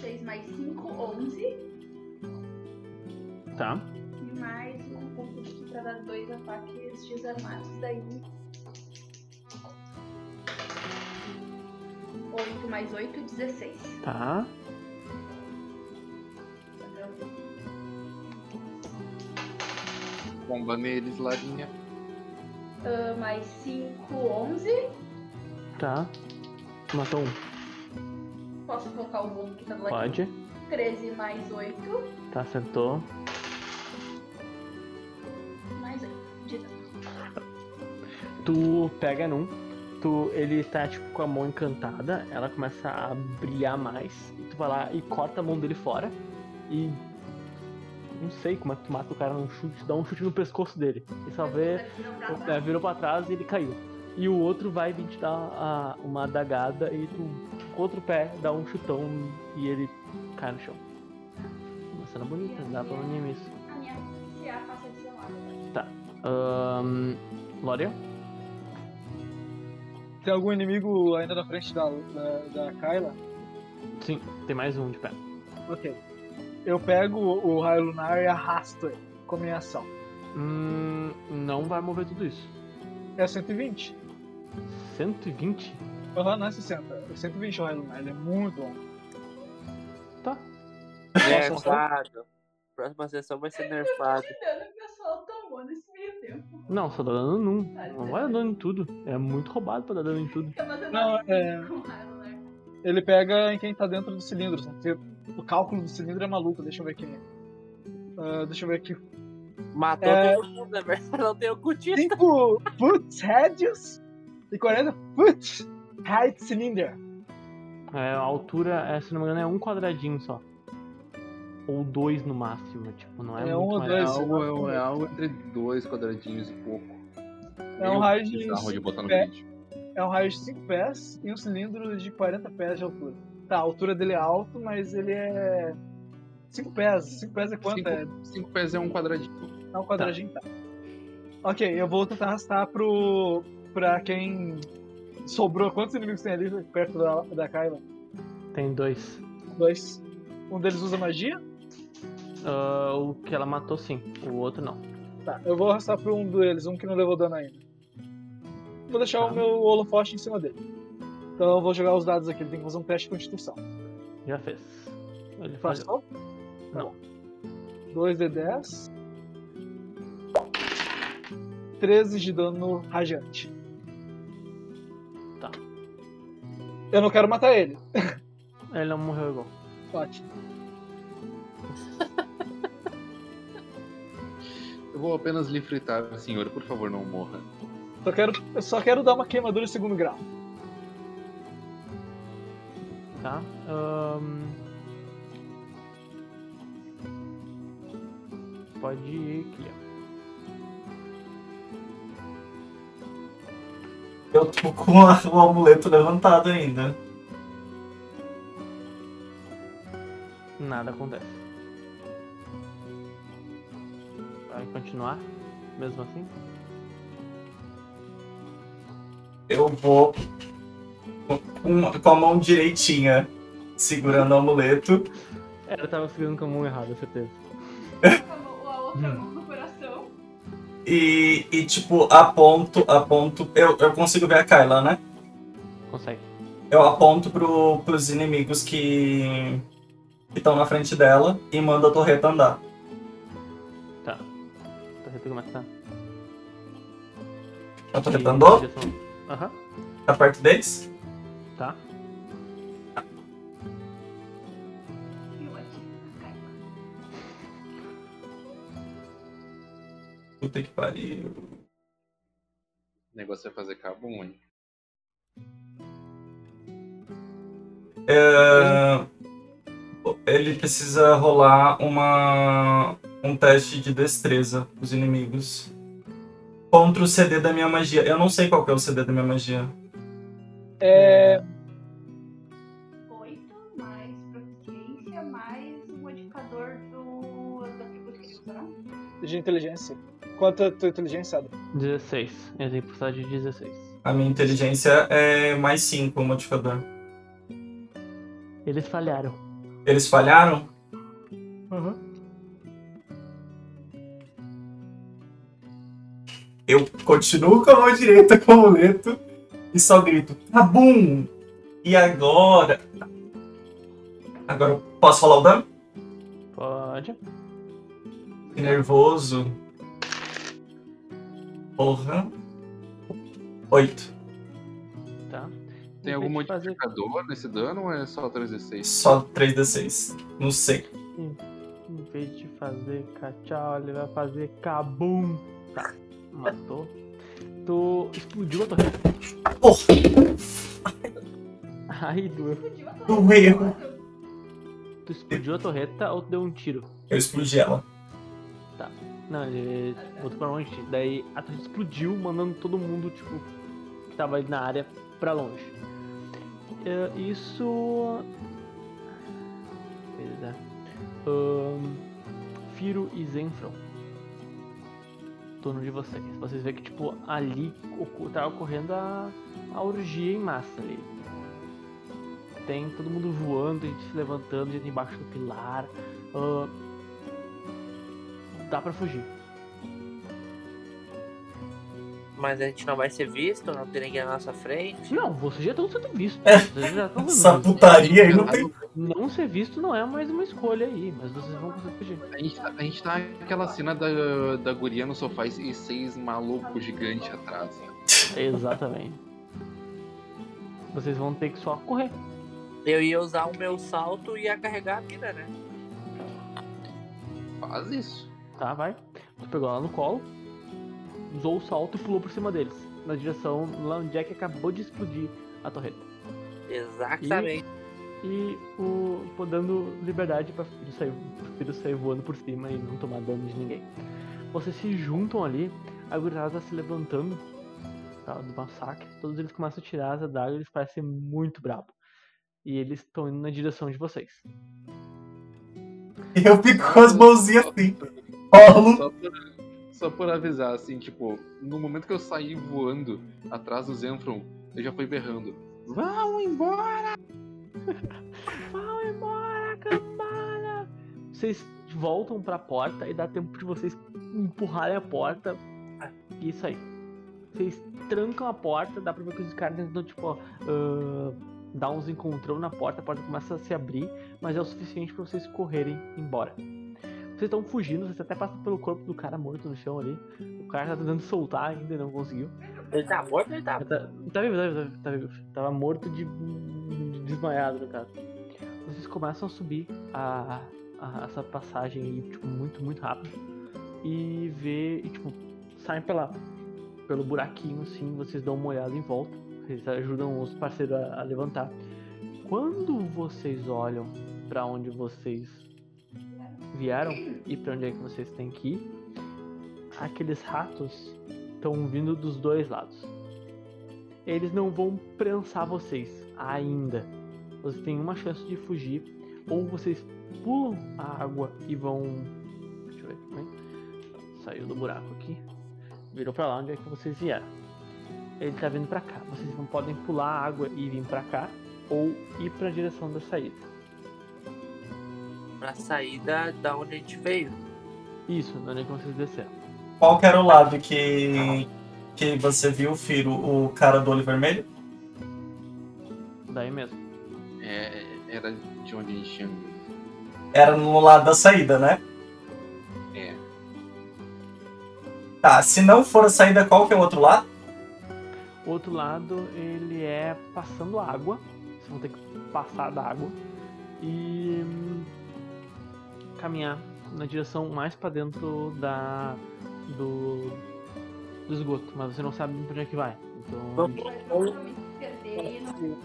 F: Seis mais cinco, onze.
A: Tá.
F: E mais um ponto de pra dar dois ataques desarmados. Daí. Oito mais oito, dezesseis.
A: Tá.
B: Bomba neles, Larinha.
F: Ah, mais 5, 11.
A: Tá. Matou um.
F: Posso colocar o bônus que tá do lado?
A: Pode.
F: 13 mais 8.
A: Tá, acertou.
F: Mais 8. De dano.
A: Tu pega num. Tu, ele tá tipo com a mão encantada. Ela começa a brilhar mais. E tu vai lá e corta a mão dele fora. E. Não sei como é que tu mata o cara num chute. Dá um chute no pescoço dele. E só vê. é, virou pra trás e ele caiu. E o outro vai vir te dar a- uma adagada e tu com o outro pé dá um chutão e ele cai no chão. Uma cena bonita, dá pra um anime isso.
F: A minha CA passa 19.
A: Ahn. Lória?
E: Tem algum inimigo ainda na frente da, da, da Kyla?
A: Sim, tem mais um de pé.
E: Ok. Eu pego o o raio lunar e arrasto ele com a minha ação.
A: Hum, não vai mover tudo isso.
E: É 120.
A: 120?
E: Aham, não é 60. É 120 o raio lunar, ele é muito bom.
A: Tá.
E: Nossa,
D: Nerfado. Próxima sessão vai ser nerfado.
F: Que dano o pessoal tomou nesse meio tempo.
A: Não, só dá dano num.
E: Ah,
A: Não
E: tá.
A: vai dar dano em tudo. É muito roubado pra dar dano em tudo.
F: Fica fazendo
E: Não,
F: assim
E: é-
F: com o Hyrule, né?
E: Ele pega em quem tá dentro do cilindro, sabe? Porque O cálculo do cilindro é maluco, deixa eu ver aqui. Ah, deixa eu ver aqui.
D: Matou
E: É.
D: todo mundo, na verdade não tem o cultista.
E: 5 foot radius e 40 foot height cylinder.
A: É, a altura, é, se não me engano, é um quadradinho só. Ou dois no máximo, tipo, não é,
E: É um
A: muito
E: ou
A: mais.
B: É
E: dois.
B: algo, é algo entre dois quadradinhos e pouco.
E: É um raio de,
B: bizarro de botar no
E: pé-
B: vídeo.
E: é um raio de 5 pés e um cilindro de 40 pés de altura. Tá, a altura dele é alto, mas ele é 5 pés. 5 pés é quanto?
B: Cinco.
E: É
B: Cinco pés é um quadradinho.
E: É um quadradinho, tá. Ok, eu vou tentar arrastar pro. pra quem sobrou. Quantos inimigos tem ali perto da, da Kyla?
A: Tem dois.
E: Dois. Um deles usa magia?
A: Ah, o que ela matou, sim. O outro, não.
E: Tá, eu vou arrastar pro um deles, um que não levou dano ainda. Vou deixar
A: Tá.
E: o meu holofote em cima dele. Então eu vou jogar os dados aqui, ele tem que fazer um teste de constituição.
A: Já fez. Ele faz.
E: Passou?
A: Não.
E: 2d10. 13 de dano rajante.
A: Tá.
E: Eu não quero matar ele.
A: Ele não morreu igual.
E: Ótimo.
B: Eu vou apenas lhe fritar, senhor, por favor, não morra.
E: Só quero, eu só quero dar uma queimadura de segundo grau.
A: Tá? Ahn. Pode ir aqui, ó.
C: Eu tô com a- o amuleto levantado ainda.
A: Nada acontece. Vai continuar? Mesmo assim?
C: Eu vou com, com a mão direitinha, segurando o amuleto.
A: É, eu tava seguindo com a mão errada, certeza.
F: Com a mão- a
E: Hum.
F: outra mão no coração.
C: E, e tipo, aponto, aponto. Eu, eu consigo ver a Kyla, né?
A: Consegue.
C: Eu aponto pro, pros inimigos que estão na frente dela e mando a torreta andar.
A: Tá. Tá repetindo como é que tá?
C: A
A: E-
C: torreta andou?
A: Aham,
C: Tá perto deles?
A: tá.
F: E ótimo. Caiu.
C: Puta que pariu.
B: O negócio é fazer cabo único.
C: É, Ele precisa rolar uma, um teste de destreza, os inimigos. Contra o CD da minha magia. Eu não sei qual que é o CD da minha magia.
E: É.
F: 8 mais proficiência mais o modificador do né? atributo que ele usa, não?
E: De inteligência. Quanto é a tua inteligência, Adam?
A: 16. Eu tenho porcentagem de 16.
C: A minha inteligência é mais 5 o modificador.
A: Eles falharam.
C: Eles falharam?
A: Aham.
C: Eu continuo com a mão direita com o amuleto e só grito: Tabum! E agora? Agora eu posso falar o dano?
A: Pode.
C: Fiquei nervoso. Porra. Oito.
A: Tá.
B: Tem algum
A: Tem que fazer-
B: modificador nesse dano ou é só 3d6?
C: Só 3d6. Não sei.
A: Em vez de fazer cachau, ele vai fazer cabum. Tá. Matou. Tu explodiu a torreta.
C: Porra.
A: Ai, doeu.
F: Explodiu a torre.
C: Do erro.
A: Tu explodiu a torreta ou tu deu um tiro?
C: Eu explodi ela.
A: Não, ele botou pra longe. Daí a torreta explodiu, mandando todo mundo, tipo, que tava ali na área, pra longe. É, Isso. Beleza. Ahn, Firo e Zenfron. Torno de vocês. Vocês veem que, tipo, ali ocu- tá ocorrendo a, a orgia em massa ali. Tem todo mundo voando, gente se levantando, gente embaixo do pilar. Ahn, dá pra fugir.
D: Mas a gente não vai ser visto, não tem ninguém na nossa frente.
A: Não, vocês já estão sendo vistos. Vocês já estão
C: Essa
A: sendo vistos.
C: putaria Ah, aí não tem.
A: Não ser visto não é mais uma escolha aí, mas vocês vão conseguir fugir.
B: A gente, tá, a gente tá naquela cena da, da guria no sofá e seis malucos gigantes atrás. né?
A: Exatamente. Vocês vão ter que só correr.
D: Eu ia usar o meu salto e ia carregar a mina, né?
B: Faz isso.
A: Tá, vai. Tu pegou ela no colo, usou o salto e pulou por cima deles. Na direção lá onde Jack acabou de explodir a torreta.
D: Exatamente.
A: E o. pô, dando liberdade pra filho sair, pro filho sair voando por cima e não tomar dano de ninguém. Vocês se juntam ali, a gurizada tá se levantando tá, do massacre, todos eles começam a tirar as adagas, eles parecem muito brabo. E eles estão indo na direção de vocês.
C: Eu fico com as mãozinhas assim. Rolo.
B: Só por, só por avisar, assim, tipo, no momento que eu saí voando atrás do Zenfron, eu já fui berrando. Vão embora!
A: Vão embora, cambada! Vocês voltam pra porta e dá tempo de vocês empurrarem a porta e sair. Vocês trancam a porta, dá pra ver que os caras tentam, tipo, ó, ah, dar uns encontrão na porta, a porta começa a se abrir, mas é o suficiente pra vocês correrem embora. Vocês estão fugindo, vocês até passam pelo corpo do cara morto no chão ali. O cara tá tentando soltar ainda e não conseguiu.
D: Ele tá morto, ele tá.
A: Tá, tá vivo, tá vivo, tá vivo, tá vivo. Tava morto de. de- desmaiado, no caso. Vocês começam a subir a, a- essa passagem aí, tipo, muito, muito rápido. E vê. E, tipo, saem pela, pelo buraquinho, assim, vocês dão uma olhada em volta. Vocês ajudam os parceiros a, a levantar. Quando vocês olham pra onde vocês vieram e pra onde é que vocês têm que ir, aqueles ratos estão vindo dos dois lados eles não vão prensar vocês ainda. Vocês têm uma chance de fugir, ou vocês pulam a água e vão. Deixa eu ver como é. Saiu do buraco aqui. Virou pra lá onde é que vocês vieram. Ele tá vindo pra cá. Vocês não podem pular a água e vir pra cá, ou ir pra direção da saída.
D: Pra sair da, da onde a gente veio.
A: Isso, de onde é que vocês desceram.
C: Qual que era o lado que. que você viu, Firo? O cara do olho vermelho?
A: Daí mesmo.
B: É, era de onde a gente tinha.
C: Era no lado da saída, né?
B: É.
C: Tá, se não for a saída, qual que é o outro lado?
A: O outro lado, ele é passando água. Vocês vão ter que passar da água. E hum, caminhar na direção mais pra dentro da do, do esgoto, mas você não sabe pra onde é que vai. Então,
D: Vamos.
F: Provavelmente perder e não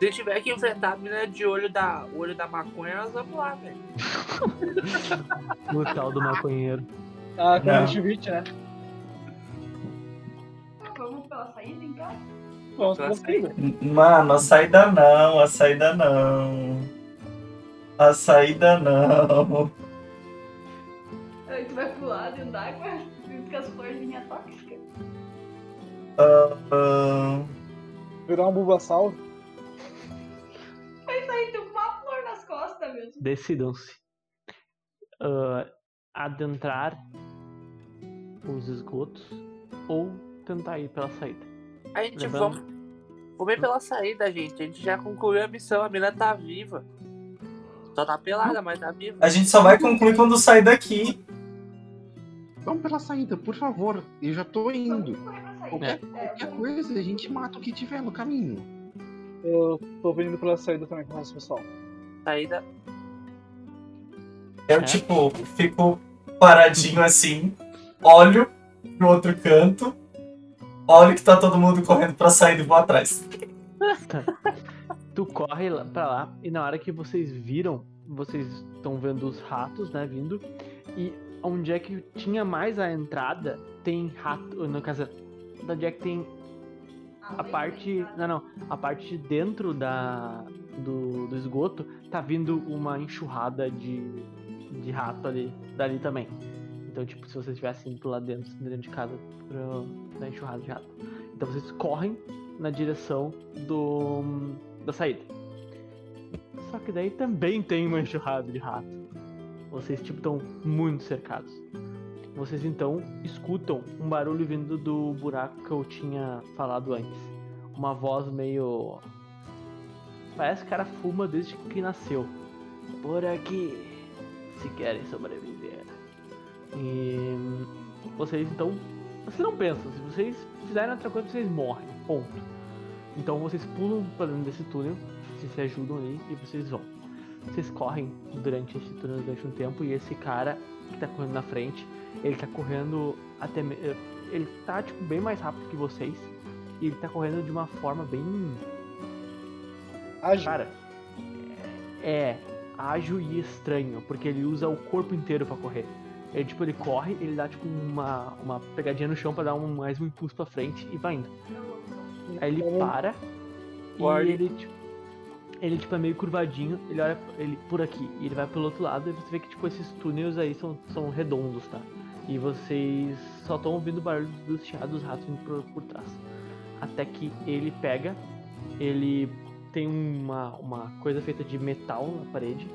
D: Se tiver que enfrentar a mina de olho da, olho da maconha, nós vamos lá, velho.
A: no tal do maconheiro.
E: Ah, com
C: Não.
E: o Schmidt, né?
F: Vamos pela saída, então?
E: Vamos
A: Tá
D: Pra
E: pra saída.
C: M- Mano, a saída não, a saída não. A saída não.
F: Aí tu vai pular dentro d'água junto com as florzinhas tóxicas.
C: Ahn,
E: Virar um Bulbasaur.
F: Mas aí tu com uma flor nas costas mesmo.
A: Decidam-se. Ah, adentrar os esgotos ou tentar ir pela saída.
D: A gente
A: Levando.
D: vamos. Vamos ir pela saída, gente. A gente já concluiu a missão. A mina tá viva. Só tá pelada, mas tá viva.
C: a gente só vai concluir quando sair daqui.
B: Vamos pela saída, por favor. Eu já tô
F: Vamos
B: indo.
F: correr pra saída.
B: Qualquer,
F: É,
B: qualquer
F: vamos-
B: coisa, a gente mata o que tiver no caminho.
E: Eu tô vindo pela saída também com o resto do pessoal.
D: Saída.
C: Eu,
A: É.
C: tipo, fico paradinho assim, olho pro outro canto, olho que tá todo mundo correndo pra saída e vou atrás.
A: Tu corre lá- pra lá e na hora que vocês viram, vocês estão vendo os ratos, né, vindo. E onde é que tinha mais a entrada, tem rato. No caso, onde é que tem
F: Ah,
A: a
F: bem
A: parte.
F: complicado.
A: Não, não. A parte de dentro da, do, do esgoto tá vindo uma enxurrada de, de rato ali, dali também. Então, tipo, se vocês estivessem indo lá dentro, dentro de casa, pra, da enxurrada de rato. Então vocês correm na direção do. da saída. Só que daí também tem uma enxurrada de rato. Vocês, tipo, estão muito cercados. Vocês então escutam um barulho vindo do buraco que eu tinha falado antes. Uma voz meio. Parece que o cara fuma desde que nasceu. Por aqui, se querem sobreviver. E. Vocês então. Vocês não pensam, se vocês fizerem outra coisa, vocês morrem. Ponto. Então vocês pulam pra dentro desse túnel, vocês se ajudam ali e vocês vão. Vocês correm durante esse túnel durante um tempo e esse cara que tá correndo na frente ele tá correndo até. me- eh, Ele tá, tipo, bem mais rápido que vocês. E ele tá correndo de uma forma bem.
E: Ágil.
A: Cara. É. Ágil e estranho. Porque ele usa o corpo inteiro pra correr. Ele, tipo, ele corre, ele dá, tipo, uma, uma pegadinha no chão pra dar um, mais um impulso pra frente e vai indo. Aí ele
E: Então,
A: para.
D: Guarda.
A: E ele, tipo. Ele, tipo, é meio curvadinho, ele olha ele, por aqui, e ele vai pelo outro lado, e você vê que, tipo, esses túneis aí são, são redondos, tá? E vocês só estão ouvindo o barulho dos chiados dos ratos indo por, por trás. Até que ele pega, ele tem uma, uma coisa feita de metal na parede,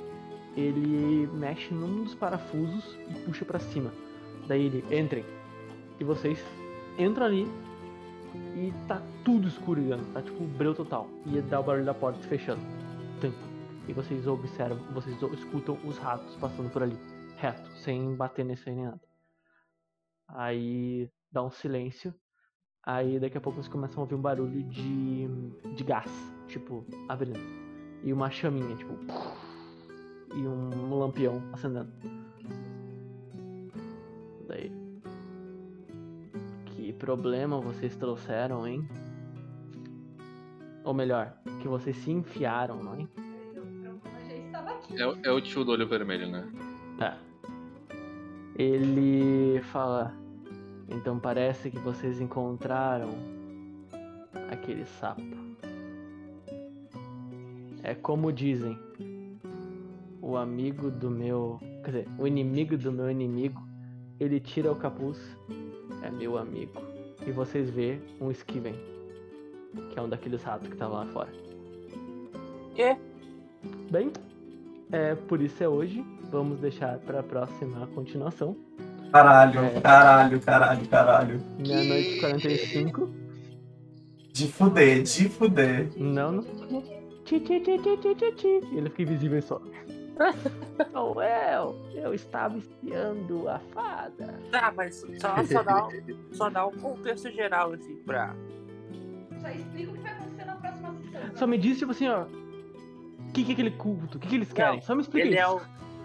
A: ele mexe num dos parafusos e puxa pra cima. Daí ele, entrem. E vocês entram ali e tá tudo escuro, ligado? Tá tipo breu total. E dá o barulho da porta se fechando. Tum. E vocês observam, vocês o- escutam os ratos passando por ali, reto, sem bater nesse aí nem nada. Aí dá um silêncio. Aí daqui a pouco vocês começam a ouvir um barulho de, de gás, tipo, abrindo. E uma chaminha, tipo. E um lampião acendendo. Daí. Que problema vocês trouxeram, hein? Ou melhor, que vocês se enfiaram, não é?
F: Eu já estava aqui.
B: É, o- é o tio do olho vermelho, né?
A: Tá. Ele fala. Então parece que vocês encontraram aquele sapo. É como dizem. O amigo do meu. Quer dizer, o inimigo do meu inimigo. Ele tira o capuz. É meu amigo. E vocês vê um Skiven. Que é um daqueles ratos que tava lá fora.
D: Quê?
A: Bem, é por isso é hoje. Vamos deixar pra próxima continuação.
C: Caralho, caralho, caralho, caralho.
A: Meia-noite e 45.
C: De fuder, de fuder.
A: Não, não. Ti, ti, ti, ti, ti, ti, ti. E Ele fica invisível só. Noel, eu estava espiando a fada.
D: Tá, mas só, só, dá, um- só dá um contexto geral, assim, pra.
F: Só explica o que vai acontecer na próxima sessão.
A: Só me diz, tipo assim, ó. O que, que é aquele culto? O que, que eles querem? Só me explica
D: Ele é,
A: isso.
D: um,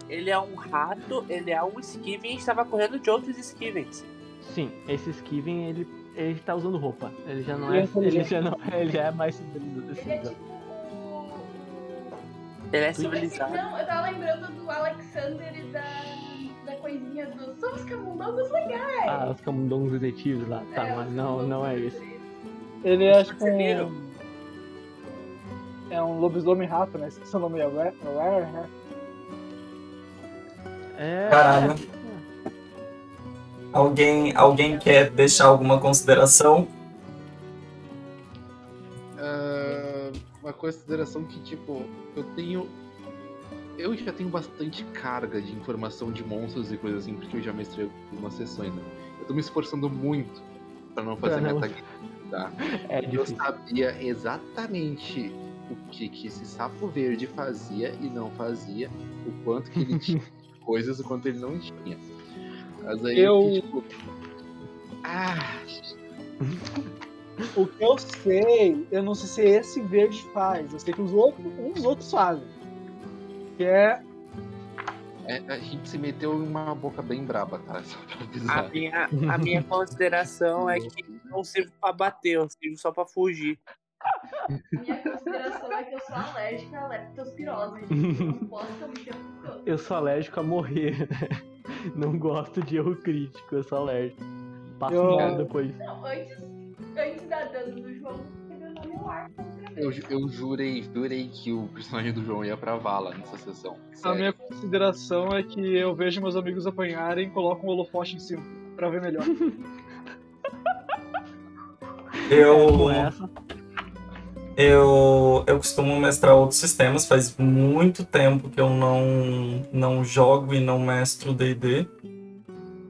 D: ele é um rato, ele é um Skiven e estava correndo de outros Skivens.
A: Sim, esse Skiven, ele, ele tá usando roupa. Ele já não é.
E: Ele é
A: Ele já, não, ele já é mais civilizado.
F: Ele é
A: civilizado.
F: tipo o.
D: Ele é
A: Tu-
D: civilizado.
F: Não, eu tava lembrando do Alexander e da, da coisinha do. Somos camundongos né? legais!
A: Ah, os camundongos detetives lá, tá,
F: É,
A: mas
F: os
A: não, não é
F: camundongos
A: isso.
E: Ele é tipo
D: Perceberam?
E: um... É um lobisomem rato, né? Esqueci o nome agora. né? Agora,
A: É.
C: Caralho. Alguém, alguém quer deixar alguma consideração?
B: Ah, uma consideração que, tipo, eu tenho. Eu já tenho bastante carga de informação de monstros e coisas assim, porque eu já mestrei algumas sessões, né? Eu tô me esforçando muito pra não fazer
A: Pra não-
B: metagame, tá?
A: É
B: Eu
A: difícil.
B: sabia exatamente o que, que esse sapo verde fazia e não fazia, o quanto que ele tinha de coisas, o quanto ele não tinha. Mas aí
E: Eu-
B: fiquei, tipo. Ah,
E: O que eu sei, eu não sei se esse verde faz. Eu sei que os outros, uns outros fazem. Que é.
B: é, a gente se meteu em uma boca bem braba, tá? Só pra
A: Ah,
D: A
B: avisar.
D: minha, a minha consideração é que não sirvo pra bater, eu sirvo só pra fugir.
F: A minha consideração é que eu sou alérgica à leptospirose. gente. Eu não posso comer tempo todo.
A: Eu sou alérgico a morrer. Não gosto de erro crítico, eu sou alérgico. Passo
E: Eu-
A: mal depois.
F: Não, antes, antes da dano do João, eu meu ar contra
B: Eu,
F: mim.
B: ju- eu jurei, jurei que o personagem do João ia pra vala nessa sessão.
E: A
B: Sério.
E: minha consideração é que eu vejo meus amigos apanharem e coloco um holofote em cima. Pra ver melhor.
A: Com
C: Eu,
A: essa,
C: eu, eu costumo mestrar outros sistemas, faz muito tempo que eu não, não jogo e não mestro DD.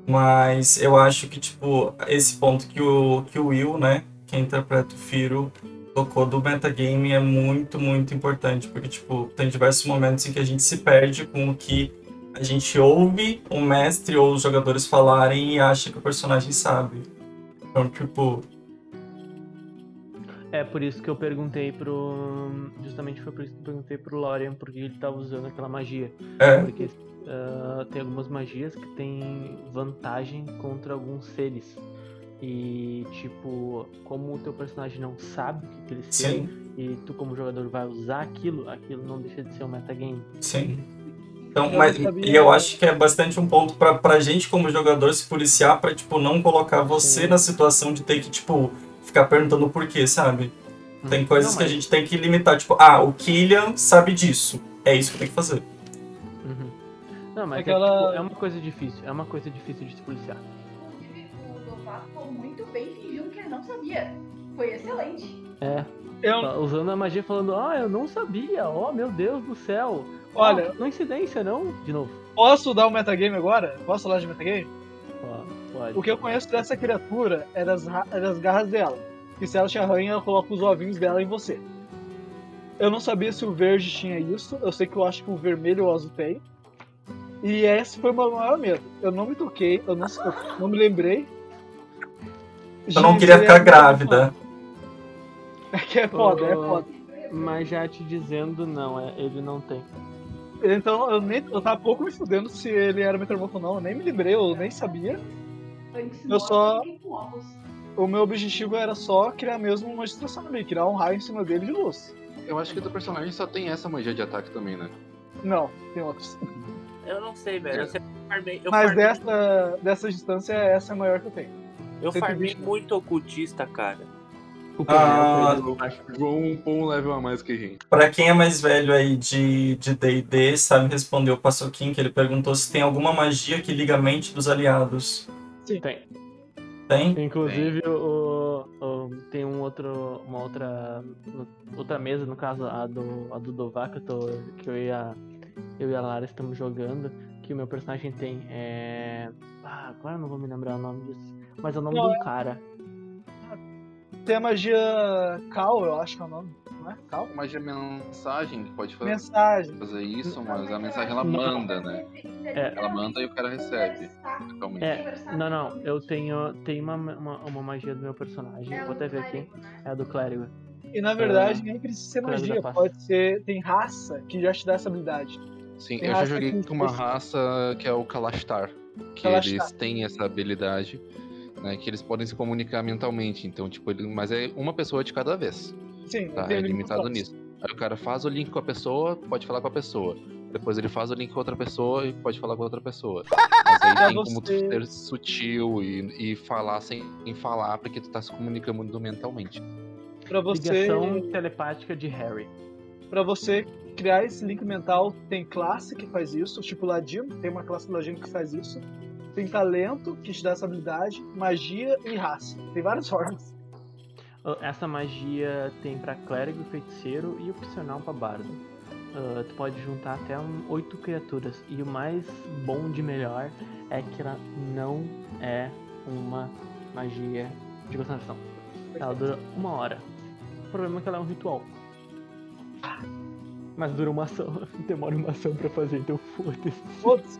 C: Mas eu acho que, tipo, esse ponto que o, que o Will, né, que interpreta o Firo, tocou do metagame é muito, muito importante. Porque, tipo, tem diversos momentos em que a gente se perde com o que a gente ouve o mestre ou os jogadores falarem e acha que o personagem sabe. Então, tipo,
A: é por isso que eu perguntei pro. Justamente foi por isso que eu perguntei pro Lorian por que ele tava usando aquela magia.
C: é,
A: Porque ah, tem algumas magias que tem vantagem contra alguns seres. E tipo, como o teu personagem não sabe o que, que eles querem,
C: sim,
A: e tu como jogador vai usar aquilo, aquilo não deixa de ser um metagame.
C: sim. Então,
E: Eu
C: mas,
E: sabia-
C: e eu acho que é bastante um ponto pra, pra gente como jogador se policiar pra, tipo, não colocar você
A: Sim.
C: na situação de ter que, tipo, ficar perguntando por quê, sabe?
A: Hum.
C: Tem coisas
A: Não,
C: que a
A: mas-
C: gente tem que limitar, tipo, ah, o Killian sabe disso. É isso que tem que fazer.
A: Uhum. Não, mas é que,
E: Aquela-
A: tipo, é uma coisa difícil, é uma coisa difícil de se policiar.
F: Inclusive, o Dovato ficou muito bem fingindo que ele não sabia. Foi excelente.
A: É,
E: Eu,
A: tá usando a magia falando, ah, eu não sabia, oh meu Deus do céu. Ó,
E: Olha-
A: coincidência, não? De novo.
E: posso dar um metagame agora? Posso falar de metagame?
A: Ó, pode.
E: O que eu conheço dessa criatura é das, ra- é das garras dela. E se ela te arranha, ela coloca os ovinhos dela em você. Eu não sabia se o verde tinha isso. Eu sei que eu acho que o vermelho ou o azul tem. E esse foi o meu maior medo. Eu não me toquei, eu não, eu não me lembrei.
C: Eu não queria ficar grávida.
E: É que é foda, é
A: Oh.
E: foda.
A: Mas já te dizendo, não, é, ele não tem.
E: Então eu, nem, eu tava pouco me fudendo se ele era metamorfo ou não. Eu nem me lembrei, eu nem sabia.
F: Antes
E: Eu só-
F: fiquei um com óculos.
E: O meu objetivo era só criar mesmo uma distração nele, criar um raio em cima dele de luz.
B: Eu acho que o teu personagem só tem essa magia de ataque também, né?
E: Não, tem outros.
D: Eu não sei, velho. Eu sempre farmei. Eu
E: Mas
D: farmei,
E: dessa, dessa distância, essa é a maior que eu tenho.
D: eu farmei
E: 120.
D: muito ocultista, cara.
A: O é
C: Ah,
A: Pedro, eu acho.
B: O João um level a mais que a gente.
C: Pra quem é mais velho aí de de D&D, sabe responder o Passoquim, que ele perguntou se tem alguma magia que liga a mente dos aliados.
A: Tem.
C: Tem?
A: Inclusive, o, o- tem um outro, uma outra, outra mesa, no caso, a do, a do Dová, que eu, tô, que eu e a, eu e a Lara estamos jogando, que o meu personagem tem. É... Ah, agora eu não vou me lembrar o nome disso. Mas é o nome
E: Não,
A: de um cara.
E: tem a magia Cal, eu acho que é o nome. Não é? Cal?
B: Mas a mensagem que pode fazer,
E: Mensagem.
B: fazer isso, mas a mensagem ela manda, né? Ela manda e o cara recebe. Calma aí.
A: É, Não, não, eu tenho, tenho uma, uma, uma magia do meu personagem. Vou até ver aqui.
F: né?
A: É a do clérigo.
E: E
B: Ah.
E: na verdade, nem precisa ser
A: Clérigo da
E: magia,
A: paz.
E: pode ser. Tem raça que já te dá essa habilidade.
B: Sim,
E: Tem
B: eu já
E: raça
B: joguei
E: que-
B: com uma raça que é o Kalashtar. Que
E: Kalashtar.
B: eles têm essa habilidade, né? Que eles podem se comunicar mentalmente. Então, tipo, ele- mas é uma pessoa de cada vez.
E: Sim,
B: Tá?
E: tem
B: É limitado
E: limitações.
B: nisso. Aí o cara faz o link com a pessoa, pode falar com a pessoa. Depois ele faz o link com outra pessoa e pode falar com outra pessoa. Mas aí
E: Pra
B: tem como tu
E: você-
B: ser sutil e, e falar sem sem falar, porque tu tá se comunicando muito mentalmente.
E: Pra você, é-
A: Ligação telepática de Harry.
E: pra você criar esse link mental, tem classe que faz isso, tipo Ladino, tem uma classe do Ladino que faz isso. Tem talento que te dá essa habilidade, magia e raça. Tem várias formas.
A: Ah, Essa magia tem pra clérigo, feiticeiro e opcional pra bardo. Ah, tu pode juntar até um, oito criaturas. E o mais bom de melhor é que ela não é uma magia de concentração. Ela dura uma hora. O problema é que ela é um ritual. Mas dura uma ação. Demora uma ação pra fazer, então foda-se.
E: Foda-se.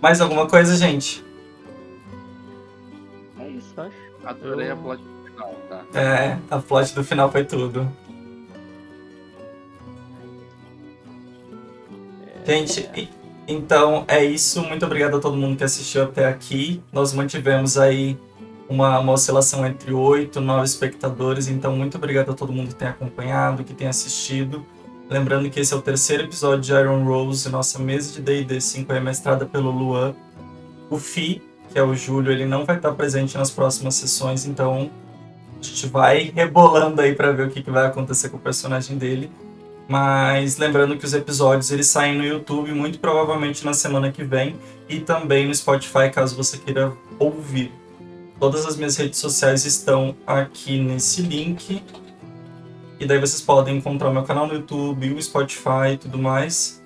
C: Mais alguma coisa, gente?
A: É isso, eu acho.
B: Adorei
A: Eu-
B: a plot final, tá?
C: É, a plot do final foi tudo. Gente, e- então é isso. Muito obrigado a todo mundo que assistiu até aqui. Nós mantivemos aí uma, uma oscilação entre 8 e 9 espectadores. Então, muito obrigado a todo mundo que tem acompanhado, que tem assistido. Lembrando que esse é o terceiro episódio de Iron Rose, nossa mesa de DD 5 é mestrada pelo Luan. O Fi, que é o Júlio, ele não vai estar presente nas próximas sessões, então a gente vai rebolando aí para ver o que, que vai acontecer com o personagem dele. Mas lembrando que os episódios eles saem no YouTube muito provavelmente na semana que vem e também no Spotify caso você queira ouvir. Todas as minhas redes sociais estão aqui nesse link. E daí vocês podem encontrar o meu canal no YouTube, o Spotify e tudo mais,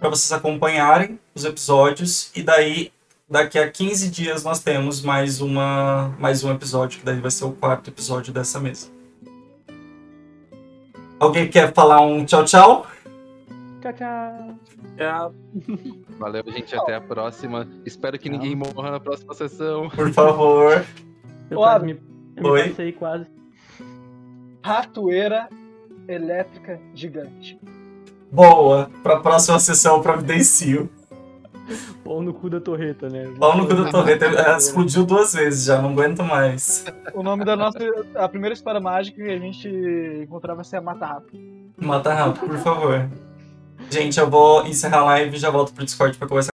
C: para vocês acompanharem os episódios e daí daqui a 15 dias nós temos mais uma mais um episódio que daí vai ser o quarto episódio dessa mesa. Alguém quer falar um tchau tchau?
A: Tchau, tchau.
D: Já
B: Valeu, gente. Até a próxima. Espero que
A: Tchau.
B: ninguém morra na próxima sessão.
C: Por favor.
A: Eu
E: Ô,
A: quase me, eu me
C: Oi?
A: passei quase.
E: Ratoeira elétrica gigante.
C: Boa. Pra próxima sessão eu providencio.
A: Pau no cu da torreta, né?
C: Pau no cu da torreta. é Ela explodiu duas vezes já, não aguento mais.
E: O nome da nossa. A primeira história mágica que a gente encontrava vai ser a Mata Rápido.
C: Mata rápido, por favor. Gente, eu vou encerrar a live e já volto pro Discord pra conversar.